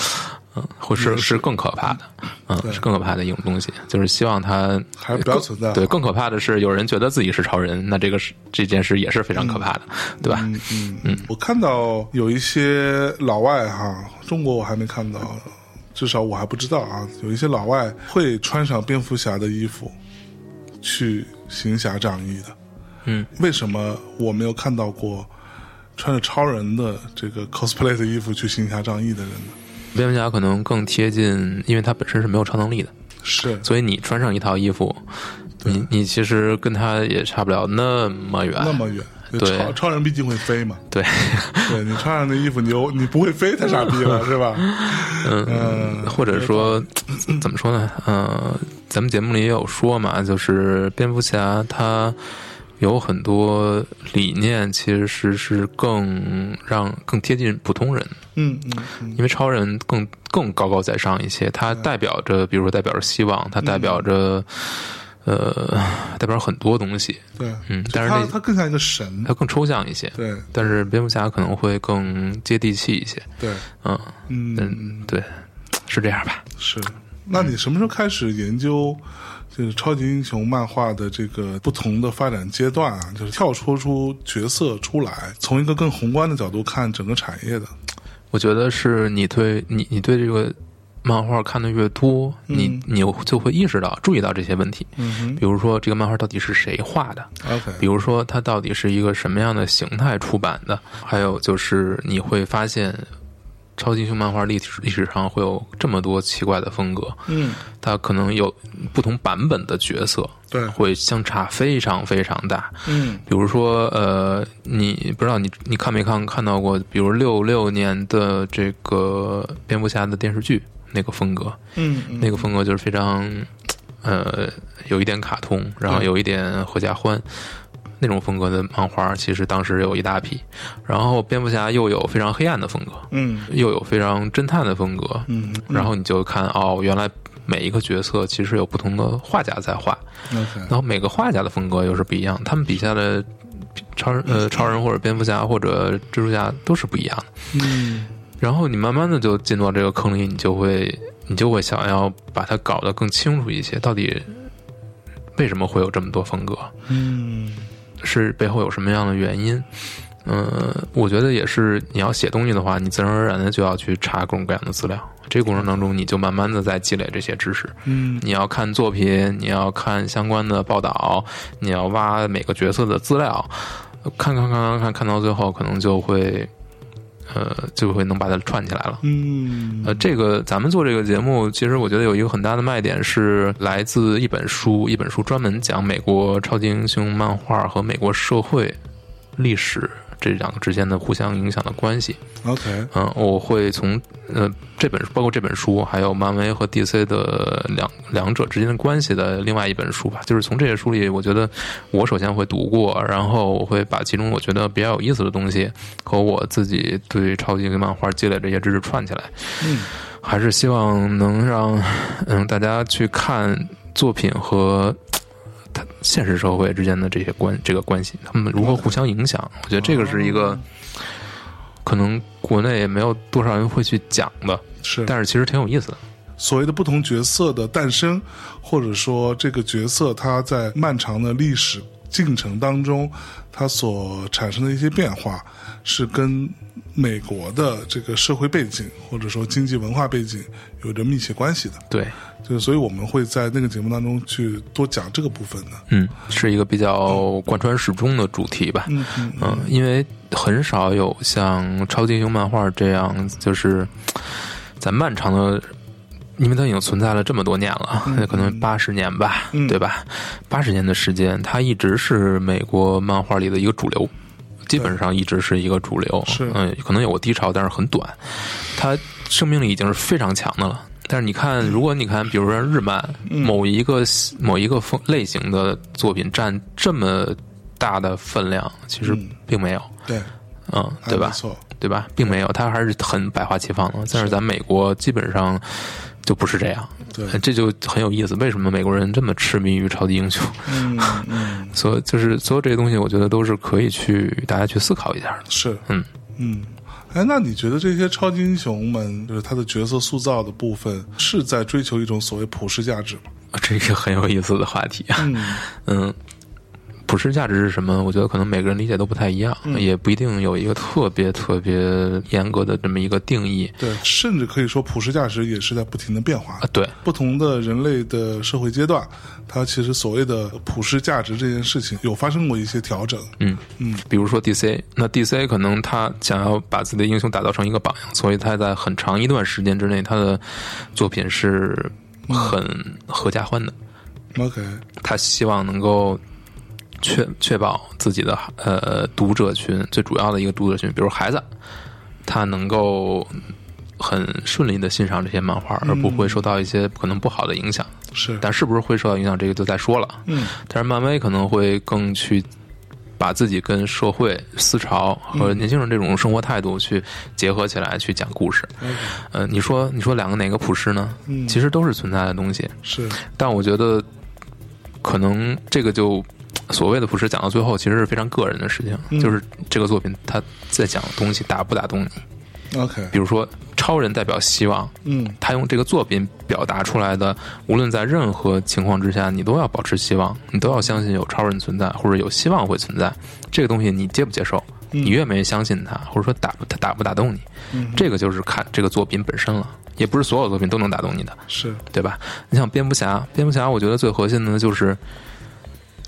嗯，会是是更可怕的，嗯，是更可怕的一种东西，就是希望它还是不要存在好啊对，更可怕的是，有人觉得自己是超人，那这个是这件事也是非常可怕的，对吧？嗯嗯嗯，我看到有一些老外哈，中国我还没看到，至少我还不知道啊。有一些老外会穿上蝙蝠侠的衣服去行侠仗义的，嗯，为什么我没有看到过穿着超人的这个 cosplay 的衣服去行侠仗义的人呢？蝙蝠侠可能更贴近，因为他本身是没有超能力的，是所以你穿上一套衣服，你你其实跟他也差不了那么远，啊那么远，对超超人毕竟会飞嘛，对，对你穿上那衣服，你又你不会飞太傻逼了是吧？嗯，或者说怎么说呢？呃，咱们节目里也有说嘛，就是蝙蝠侠他有很多理念，其实是是更让更贴近普通人，嗯嗯嗯，因为超人更更高高在上一些，它代表着，比如说代表着希望，它代表着。呃，代表很多东西，对，嗯就但是他那他更像一个神，它更抽象一些。对但是蝙蝠侠可能会更接地气一些，对，嗯嗯嗯，对，是这样吧？是。那你什么时候开始研究就是超级英雄漫画的这个不同的发展阶段啊？就是跳脱出角色出来，从一个更宏观的角度看整个产业的，我觉得是你对你你对这个漫画看的越多，你你就会意识到注意到这些问题。嗯比如说这个漫画到底是谁画的，哼，OK，比如说它到底是一个什么样的形态出版的，还有就是你会发现。超级英雄漫画历史历史上会有这么多奇怪的风格，嗯，它可能有不同版本的角色对，会相差非常非常大。嗯比如说，呃，你不知道你你看没看看到过，比如六六年的这个蝙蝠侠的电视剧那个风格，嗯嗯那个风格就是非常，呃，有一点卡通，然后对有一点合家欢。那种风格的漫画，其实当时有一大批，然后蝙蝠侠又有非常黑暗的风格，嗯又有非常侦探的风格，嗯然后你就看哦，原来每一个角色其实有不同的画家在画， ，OK，然后每个画家的风格又是不一样，他们笔下的超人呃超人或者蝙蝠侠或者蜘蛛侠都是不一样的。嗯然后你慢慢的就进到这个坑里，你就会你就会想要把它搞得更清楚一些，到底为什么会有这么多风格，嗯是背后有什么样的原因？嗯、我觉得也是，你要写东西的话，你自然而然的就要去查各种各样的资料。这个过程当中，你就慢慢的在积累这些知识。嗯你要看作品，你要看相关的报道，你要挖每个角色的资料，看看看看看，看到最后可能就会，呃，就会能把它串起来了。嗯呃，这个咱们做这个节目，其实我觉得有一个很大的卖点是来自一本书，一本书专门讲美国超级英雄漫画和美国社会历史这两个之间的互相影响的关系。 ，OK，嗯，我会从呃这本包括这本书，还有漫威和 DC 的两两者之间的关系的另外一本书吧，就是从这些书里，我觉得我首先会读过，然后我会把其中我觉得比较有意思的东西和我自己对超级英雄漫画积累这些知识串起来，嗯还是希望能让嗯大家去看作品和。它现实社会之间的这些关这个关系，他们如何互相影响？我觉得这个是一个可能国内也没有多少人会去讲的，是，但是其实挺有意思的。所谓的不同角色的诞生，或者说这个角色他在漫长的历史进程当中，他所产生的一些变化，是跟美国的这个社会背景或者说经济文化背景有着密切关系的。对，就是所以我们会在那个节目当中去多讲这个部分的。嗯，是一个比较贯穿始终的主题吧。嗯嗯嗯，因为很少有像超级英雄漫画这样，就是在漫长的，因为它已经存在了这么多年了，可能八十年吧，嗯对吧？八十年的时间，它一直是美国漫画里的一个主流，基本上一直是一个主流。是嗯，可能有过低潮，但是很短。它生命力已经是非常强的了。但是你看，如果你看，比如说日漫嗯某一个某一个风类型的作品占这么大的分量，其实嗯并没有，对，嗯，对还吧不？错，对吧？并没有，它还是很百花齐放的。但是咱美国基本上就不是这样，呃对，这就很有意思。为什么美国人这么痴迷于超级英雄？ 嗯嗯，所以就是所有这些东西，我觉得都是可以去大家去思考一下的。是，嗯嗯。哎，那你觉得这些超级英雄们，就是他的角色塑造的部分，是在追求一种所谓普世价 值吗？啊这个很有意思的话题啊。嗯嗯，普世价值是什么？我觉得可能每个人理解都不太一样，嗯也不一定有一个特别特别严格的这么一个定义对，甚至可以说普世价值也是在不停的变化啊。。对，不同的人类的社会阶段，它其实所谓的普世价值这件事情，有发生过一些调整。嗯嗯，比如说 DC，那 DC 可能他想要把自己的英雄打造成一个榜样，所以他在很长一段时间之内，他的作品是很合家欢的。 OK，他希望能够确确保自己的呃读者群最主要的一个读者群，比如孩子，他能够很顺利的欣赏这些漫画，而不会受到一些可能不好的影响。是，但是不是会受到影响，这个就再说了。嗯但是漫威可能会更去把自己跟社会思潮和嗯年轻人这种生活态度去结合起来去讲故事。 ，OK，呃，你说你说两个哪个普世呢？嗯，其实实都是存在的东西，是，但我觉得可能这个就。所谓的普世讲到最后，其实是非常个人的事情，嗯就是这个作品它在讲的东西打不打动你。 OK，比如说，超人代表希望，嗯他用这个作品表达出来的，无论在任何情况之下，你都要保持希望，你都要相信有超人存在，或者有希望会存在。这个东西你接不接受？嗯你愿不愿意相信它，或者说打不打不打动你？嗯，这个就是看这个作品本身了，也不是所有作品都能打动你的，是，对吧？你像蝙蝠侠，蝙蝠侠，我觉得最核心的就是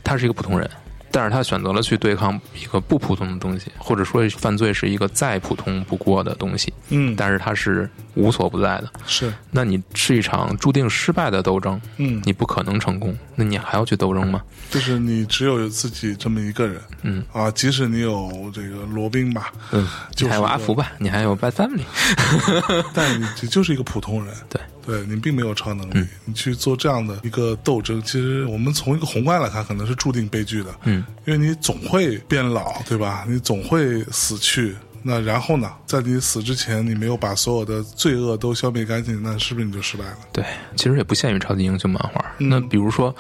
他是一个普通人。但是他选择了去对抗一个不普通的东西，或者说犯罪是一个再普通不过的东西，嗯，但是它是无所不在的。是，那你是一场注定失败的斗争，嗯，你不可能成功，那你还要去斗争吗？就是你只有自己这么一个人，嗯啊，即使你有这个罗宾吧，嗯，就是你还有阿福吧，你还有 Bad Family， 但你你就是一个普通人，对，嗯对你并没有超能力，你去做这样的一个斗争，其实我们从一个宏观来看，可能是注定悲剧的，嗯，因为你总会变老，对吧？你总会死去。那然后呢？在你死之前，你没有把所有的罪恶都消灭干净，那是不是你就失败了？对，其实也不限于超级英雄漫画。嗯那比如说，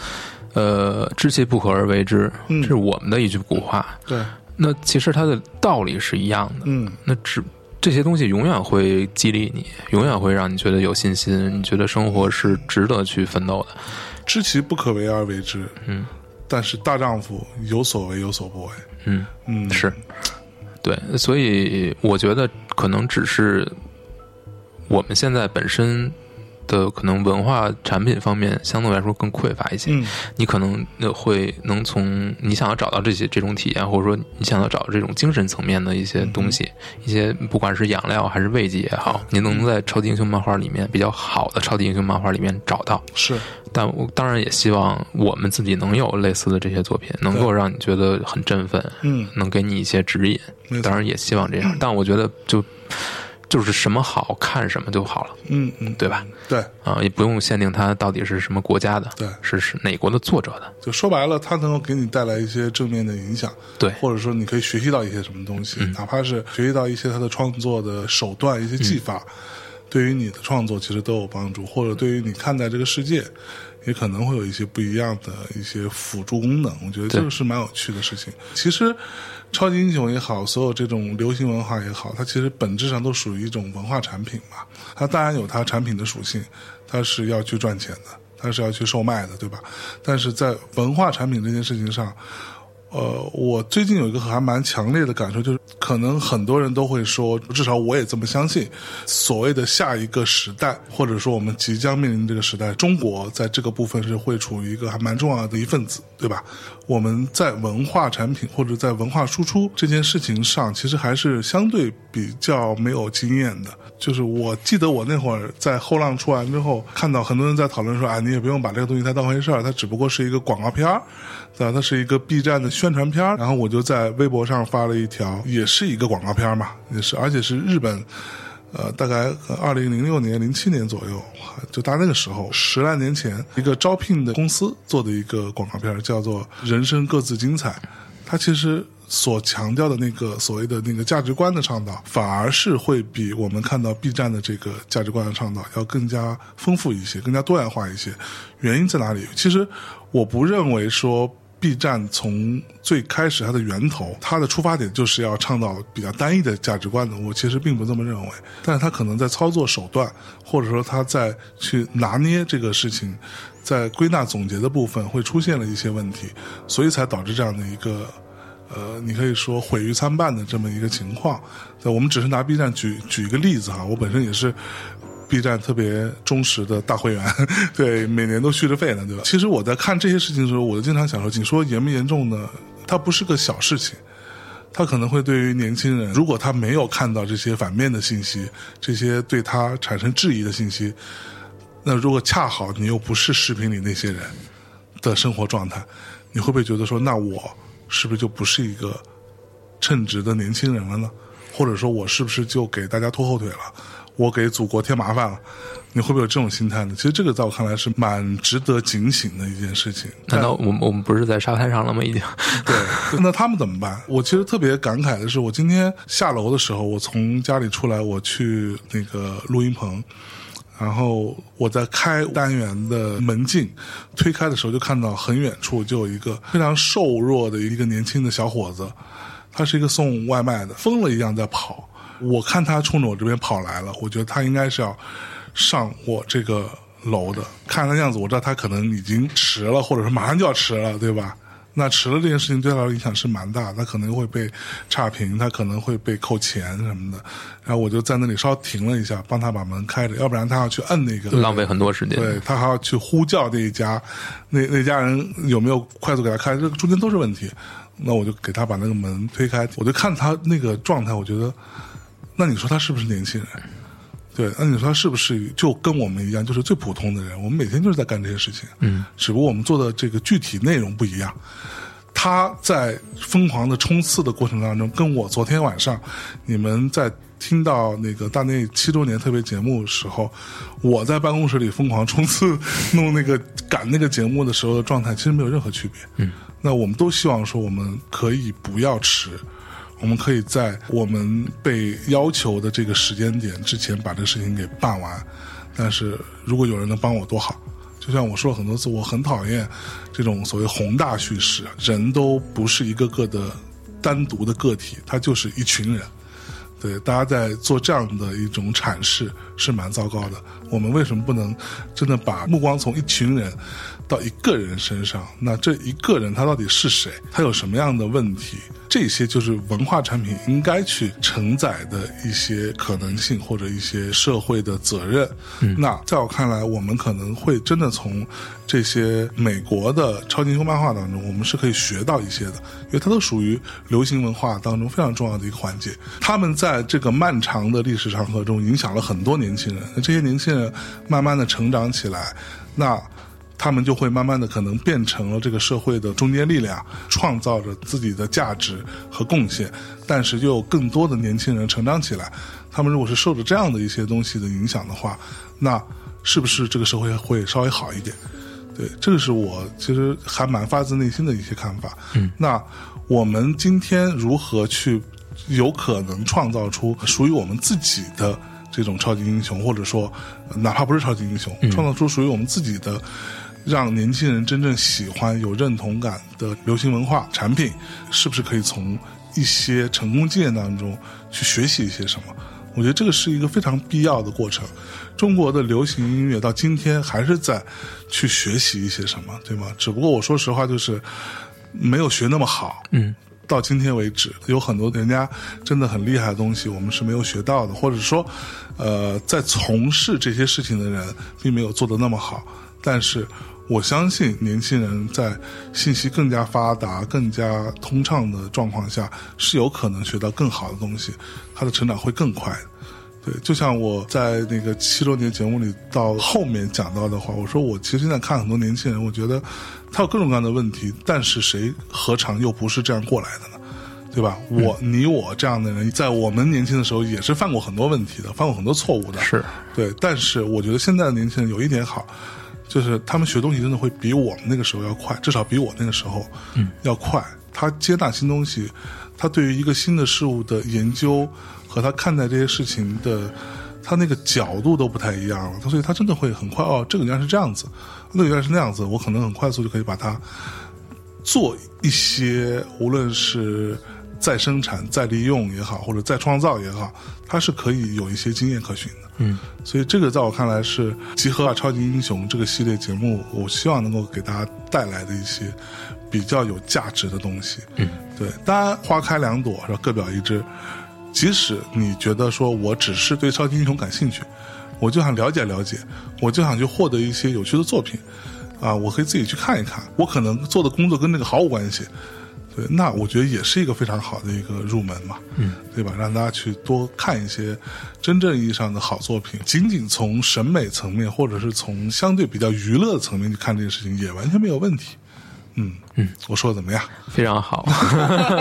呃，知其不可而为之，嗯这是我们的一句古话。对，那其实它的道理是一样的。嗯那只这些东西永远会激励你，永远会让你觉得有信心，你觉得生活是值得去奋斗的。知其不可为而为之，嗯，但是大丈夫有所为有所不为，嗯。嗯，是，对，所以我觉得可能只是我们现在本身的可能文化产品方面相对来说更匮乏一些。嗯你可能呃会能从你想要找到这些这种体验，或者说你想要找这种精神层面的一些东西，嗯一些不管是养料还是慰藉也好，你能在超级英雄漫画里面比较好的超级英雄漫画里面找到。是，但我当然也希望我们自己能有类似的这些作品，能够让你觉得很振奋，嗯，能给你一些指引。没错当，然也希望这 样，但我觉得就就是什么好看什么就好了，嗯嗯，对吧？对，啊、也不用限定它到底是什么国家的，对是是哪国的作者的，就说白了，它能够给你带来一些正面的影响，对或者说你可以学习到一些什么东西，哪怕是学习到一些他的创作的手段、一些技法，对于你的创作其实都有帮助，或者对于你看待这个世界，也可能会有一些不一样的一些辅助功能。我觉得这个是蛮有趣的事情。其实，超级英雄也好，所有这种流行文化也好，它其实本质上都属于一种文化产品嘛。它当然有它产品的属性，它是要去赚钱的，它是要去售卖的，对吧？但是在文化产品这件事情上，呃，我最近有一个还蛮强烈的感受，就是可能很多人都会说，至少我也这么相信，所谓的下一个时代，或者说我们即将面临这个时代，中国在这个部分是会处于一个还蛮重要的一份子，对吧？我们在文化产品或者在文化输出这件事情上，其实还是相对比较没有经验的。就是我记得我那会儿在后浪出完之后，看到很多人在讨论说，啊，你也不用把这个东西太当回事儿，它只不过是一个广告片儿，对吧？它是一个 B 站的宣传片儿。然后我就在微博上发了一条，也是一个广告片儿嘛，也是，而且是日本。呃，大概二零零六年、零七年左右，就大概那个时候，十来年前，一个招聘的公司做的一个广告片儿，叫做《人生各自精彩》。它其实所强调的那个所谓的那个价值观的倡导，反而是会比我们看到 B 站的这个价值观的倡导要更加丰富一些，更加多元化一些。原因在哪里？其实我不认为说 B 站从最开始它的源头，它的出发点就是要倡导比较单一的价值观的。我其实并不这么认为，但是它可能在操作手段，或者说它在去拿捏这个事情，在归纳总结的部分会出现了一些问题，所以才导致这样的一个。呃，你可以说毁誉参半的这么一个情况，对我们只是拿 B 站举举一个例子哈，我本身也是 B 站特别忠实的大会员， 对，每年都续着费呢，对吧？其实我在看这些事情的时候，我就经常想说，你说严不严重呢？它不是个小事情，它可能会对于年轻人，如果他没有看到这些反面的信息，这些对他产生质疑的信息，那如果恰好你又不是视频里那些人的生活状态，你会不会觉得说，那我是不是就不是一个称职的年轻人了呢？或者说，我是不是就给大家拖后腿了？我给祖国添麻烦了？你会不会有这种心态呢？其实这个在我看来是蛮值得警醒的一件事情。难道我们我们不是在沙滩上了吗？已经，对， 那他们怎么办？我其实特别感慨的是，我今天下楼的时候，我从家里出来，我去那个录音棚，然后我在开单元的门禁，推开的时候就看到很远处就有一个非常瘦弱的一个年轻的小伙子，他是一个送外卖的，疯了一样在跑。我看他冲着我这边跑来了，我觉得他应该是要上我这个楼的。看他样子，我知道他可能已经迟了，或者是马上就要迟了，对吧？ 那迟了这件事情对他来说影响是蛮大，他可能会被差评，他可能会被扣钱什么的。然后我就在那里稍停了一下，帮他把门开着，要不然他要去摁那个浪费很多时间。对他还要去呼叫那一家，那那家人有没有快速给他开，这个中间都是问题。那我就给他把那个门推开，我就看他那个状态，我觉得，那你说他是不是年轻人？嗯对，那你说他是不是就跟我们一样，就是最普通的人？我们每天就是在干这些事情，嗯，只不过我们做的这个具体内容不一样。他在疯狂的冲刺的过程当中，跟我昨天晚上你们在听到那个大内七周年特别节目的时候，我在办公室里疯狂冲刺弄那个赶那个节目的时候的状态，其实没有任何区别。嗯，那我们都希望说，我们可以不要迟，我们可以在我们被要求的这个时间点之前把这个事情给办完。但是如果有人能帮我多好，就像我说了很多次，我很讨厌这种所谓宏大叙事，人都不是一个个的单独的个体，他就是一群人。对，大家在做这样的一种阐释是蛮糟糕的。我们为什么不能真的把目光从一群人到一个人身上？那这一个人他到底是谁？他有什么样的问题？这些就是文化产品应该去承载的一些可能性或者一些社会的责任。那在我看来，我们可能会真的从这些美国的超级英雄漫画当中，我们是可以学到一些的，因为它都属于流行文化当中非常重要的一个环节。他们在这个漫长的历史长河中，影响了很多年轻人。那这些年轻人慢慢的成长起来，那。他们就会慢慢的可能变成了这个社会的中坚力量，创造着自己的价值和贡献。但是又有更多的年轻人成长起来，他们如果是受着这样的一些东西的影响的话，那是不是这个社会会稍微好一点？对，这个是我其实还蛮发自内心的一些看法。嗯，那我们今天如何去有可能创造出属于我们自己的这种超级英雄，或者说哪怕不是超级英雄，创造出属于我们自己的。让年轻人真正喜欢、有认同感的流行文化产品，是不是可以从一些成功经验当中去学习一些什么？我觉得这个是一个非常必要的过程。中国的流行音乐到今天还是在去学习一些什么，对吗？只不过我说实话，就是没有学那么好。嗯，到今天为止，有很多人家真的很厉害的东西，我们是没有学到的，或者说，呃，在从事这些事情的人并没有做得那么好，但是。我相信年轻人在信息更加发达、更加通畅的状况下，是有可能学到更好的东西，他的成长会更快的。对，就像我在那个七周年节目里到后面讲到的话，我说我其实现在看很多年轻人，我觉得他有各种各样的问题，但是谁何尝又不是这样过来的呢？对吧？我、你、我这样的人，在我们年轻的时候也是犯过很多问题的，犯过很多错误的。是，对，但是我觉得现在的年轻人有一点好，就是他们学东西真的会比我们那个时候要快，至少比我那个时候要快。他接纳新东西，他对于一个新的事物的研究和他看待这些事情的，他那个角度都不太一样了。所以他哦真的会很快哦，这个原来是这样子，那个原来是那样子，我可能很快速就可以把它做一些无论是再生产、再利用也好，或者再创造也好，它是可以有一些经验可循的。嗯，所以这个在我看来是集合啊超级英雄这个系列节目，我希望能够给大家带来的一些比较有价值的东西。嗯，对，当然花开两朵，然后各表一枝。即使你觉得说我只是对超级英雄感兴趣，我就想了解了解，我就想去获得一些有趣的作品，啊，我可以自己去看一看。我可能做的工作跟那个毫无关系，对，那我觉得也是一个非常好的一个入门嘛，嗯，对吧？让大家去多看一些真正意义上的好作品，仅仅从审美层面或者是从相对比较娱乐的层面去看这件事情，也完全没有问题。嗯嗯，我说的怎么样？非常好，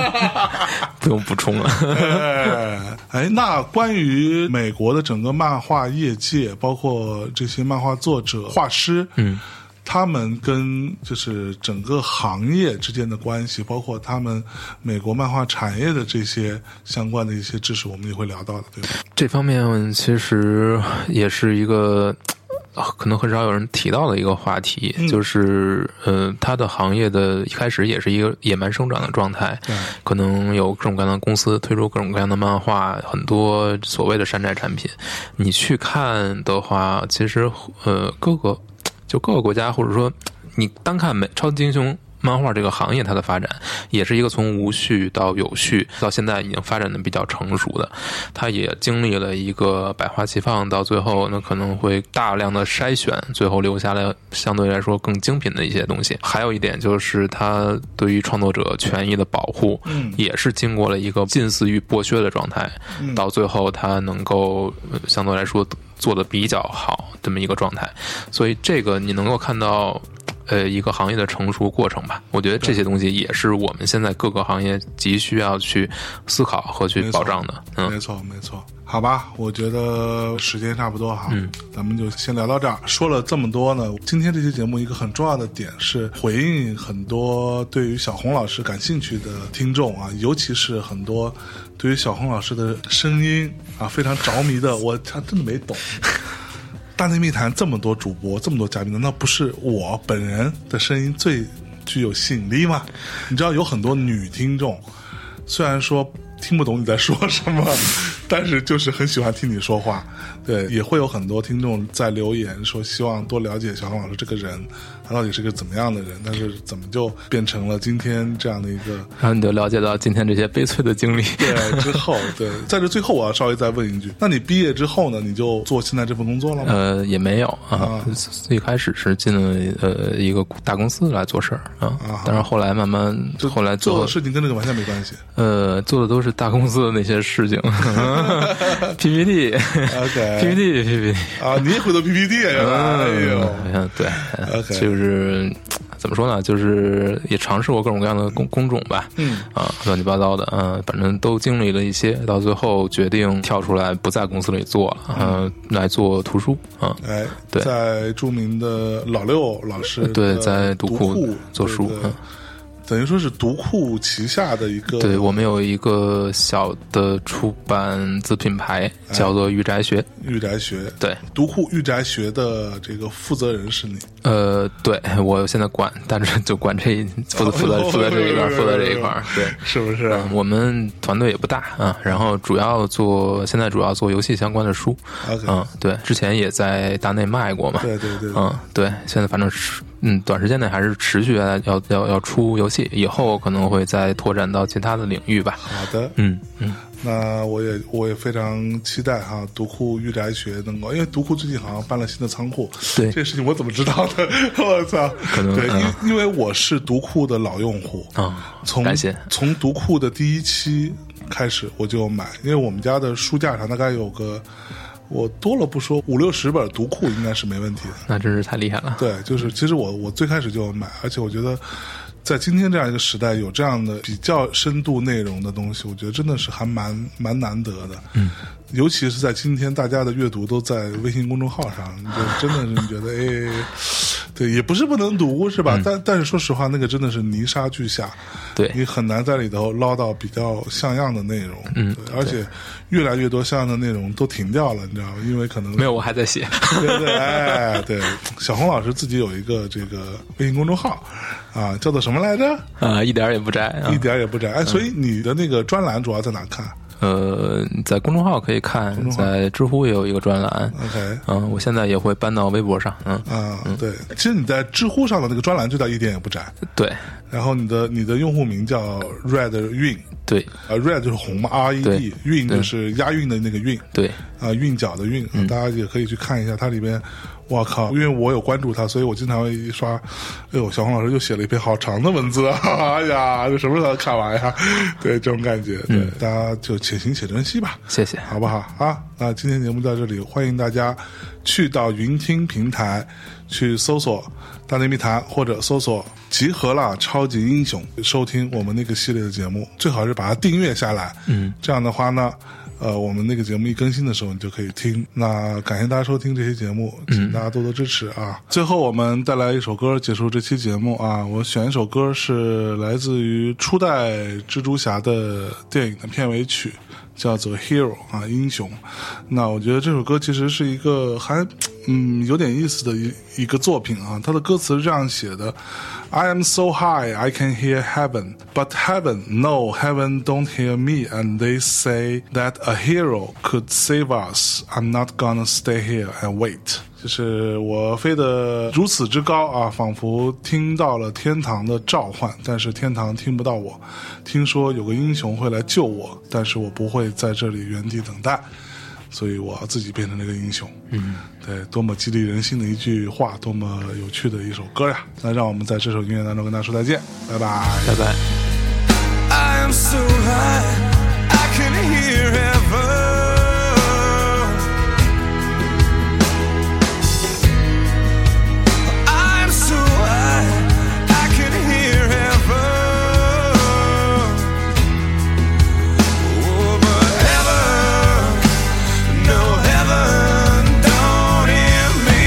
不用补充了。 哎，哎，那关于美国的整个漫画业界，包括这些漫画作者、画师，嗯，他们跟就是整个行业之间的关系，包括他们美国漫画产业的这些相关的一些知识，我们也会聊到的，对吧？这方面其实也是一个呃可能很少有人提到的一个话题，就是呃，它的行业的一开始也是一个野蛮生长的状态，可能有各种各样的公司推出各种各样的漫画，很多所谓的山寨产品。你去看的话，其实呃，各个就各个国家，或者说你单看美超级英雄。漫画这个行业，它的发展也是一个从无序到有序，到现在已经发展的比较成熟的。它也经历了一个百花齐放，到最后那可能会大量的筛选，最后留下了相对来说更精品的一些东西。还有一点就是，它对于创作者权益的保护，嗯也是经过了一个近似于剥削的状态，嗯到最后它能够呃相对来说做的比较好这么一个状态。所以这个你能够看到。呃，一个行业的成熟过程吧，我觉得这些东西也是我们现在各个行业急需要去思考和去没错保障的。嗯，没错，没错。好吧，我觉得时间差不多哈，嗯咱们就先聊到这儿。说了这么多呢，今天这期节目一个很重要的点是回应很多对于小红老师感兴趣的听众啊，尤其是很多对于小红老师的声音啊非常着迷的，我他真的没 懂。大内密谈这么多主播，这么多嘉宾，难道不是我本人的声音最具有吸引力吗？你知道有很多女听众，虽然说听不懂你在说什么，但是就是很喜欢听你说话。对，也会有很多听众在留言说，希望多了解小黄老师这个人，他到底是个怎么样的人，但是怎么就变成了今天这样的一个然后你就了解到今天这些悲催的经历。对之后，对，在这最后我要稍微再问一句，那你毕业之后呢，你就做现在这份工作了吗？呃，也没有啊啊，最开始是进了呃一个大公司来做事儿啊啊哈，但是后来慢慢就后来做做的事情跟这个完全没关系。呃做的都是大公司的那些事 情，PPT、 OK， PPT、PPT，啊，你也会做 PPT 啊？原来哎呦，嗯，对，呃 OK 就是怎么说呢，就是也尝试过各种各样的工工种吧，嗯啊，乱七八糟的，嗯、反正都经历了一些，到最后决定跳出来不在公司里做了，嗯、来做图书，啊、哎，对呃在著名的老六老师的对在读读库做书对对嗯等于说是读库旗下的一个对我们有一个小的出版子品牌哎叫做御宅学，御宅学。对，读库御宅学的这个负责人是你，呃，对我现在管，但是就管这一负责负哦 责负责这一块儿，负责这一块儿，对。嗯是不是？我们团队也不大啊，然后主要做现在主要做游戏相关的书， OK 嗯，对，之前也在大内卖过嘛，对对对对嗯，对，现在反正是嗯，短时间内还是持续要要要要出游戏，以后可能会再拓展到其他的领域吧，好的，嗯嗯，那我也我也非常期待哈，读库御宅学能够，因为读库最近好像搬了新的仓库，对这事情我怎么知道的？ 我操！可能对，嗯因因为我是读库的老用户啊从感谢从读库的第一期开始我就买，因为我们家的书架上大概有个，我多了不说五六十本读库应该是没问题的。那真是太厉害了，对，就是其实我我最开始就买，而且我觉得。在今天这样一个时代，有这样的比较深度内容的东西，我觉得真的是还蛮蛮难得的。嗯，尤其 是在今天大家的阅读都在微信公众号上，你就真的是觉得哎，对，也不是不能读是嗯吧？但但是说实话，那个真的是泥沙俱下，对你很难在里头捞到比较像样的内容。嗯，而且越来越多像样的内容都停掉了，你知道吗？因为可能 没有，我还在写。对对，哎，对，小红老师自己有一个这个微信公众号啊，叫做什么来着？啊，一点儿也不摘啊一。点儿也不窄。哎，所以你的那个专栏主要在哪看呃，在公众号可以看，在知乎也有一个专栏。 ？OK。嗯，我现在也会搬到微博上。嗯，啊、对，其实你在知乎上的那个专栏就叫一点也不窄，对然后你的你的用户名叫 Red Yun，对啊、r e d 就是红嘛，R E 对 D，韵就是押韵的那个韵，对，啊、韵脚的韵、啊大家也可以去看一下它里边。我靠！因为我有关注他，所以我经常一刷，哎呦，小红老师又写了一篇好长的文字， 哎呀，这什么时候看完呀？对，这种感觉，对，大家就且行且珍惜吧。谢谢。好不好啊？那今天节目到这里，欢迎大家去到云听平台去搜索《大内密谈》或者搜索“集合了超级英雄”，收听我们那个系列的节目，最好是把它订阅下来。嗯，这样的话呢。呃，我们那个节目一更新的时候，你就可以听。那感谢大家收听这期节目，请大家多多支持啊！最后我们带来一首歌结束这期节目啊，我选一首歌是来自于初代蜘蛛侠的电影的片尾曲，叫做《Hero》啊，英雄。那我觉得这首歌其实是一个还嗯有点意思的一一个作品啊。它的歌词是这样写的：I am so high, I can hear heaven, but heaven, no, heaven don't hear me, and they say that a hero could save us. I'm not gonna stay here and wait. 就是我飞得如此之高啊，仿佛听到了天堂的召唤，但是天堂听不到我。听说有个英雄会来救我，但是我不会在这里原地等待，所以我要自己变成那个英雄。嗯，对，多么激励人心的一句话，多么有趣的一首歌呀！那让我们在这首音乐当中跟大家说再见，拜拜。拜拜。 I am so high, I can hear heaven. I'm so high, I can hear heaven. Oh, but heaven, no heaven down in me.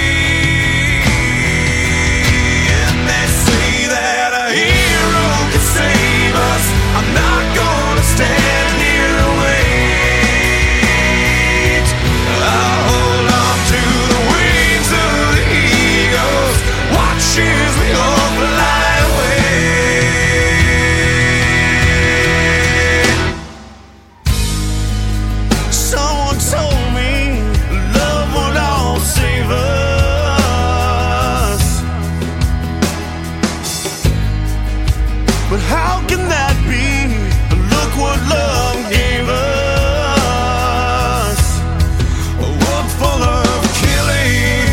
And they say that a hero can save us. I'm not gonna stand here and wait. I'll hold on to the wings of the eagles. Watch as we all fly away. Someone told me love will all save us. But how can that be? Look what love gave us. A world full of killing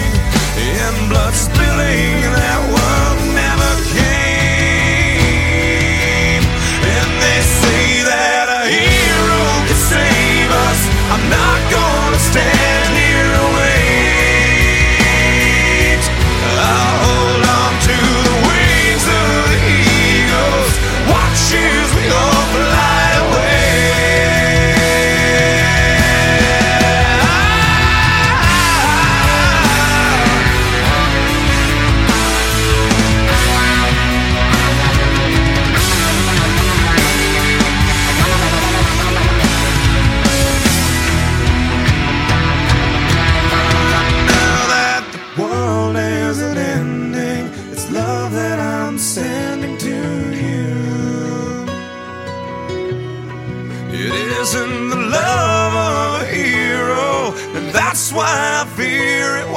and blood spilling that world never came. And they say that a hero can save us. I'm not gonna stand here and wait. I'll hold on to the wings of the eagles. Watch as we all fly Ah, away. now that the world is an ending, it's love that I'm sending to you. It isn't the love of a hero, and that's why I fear it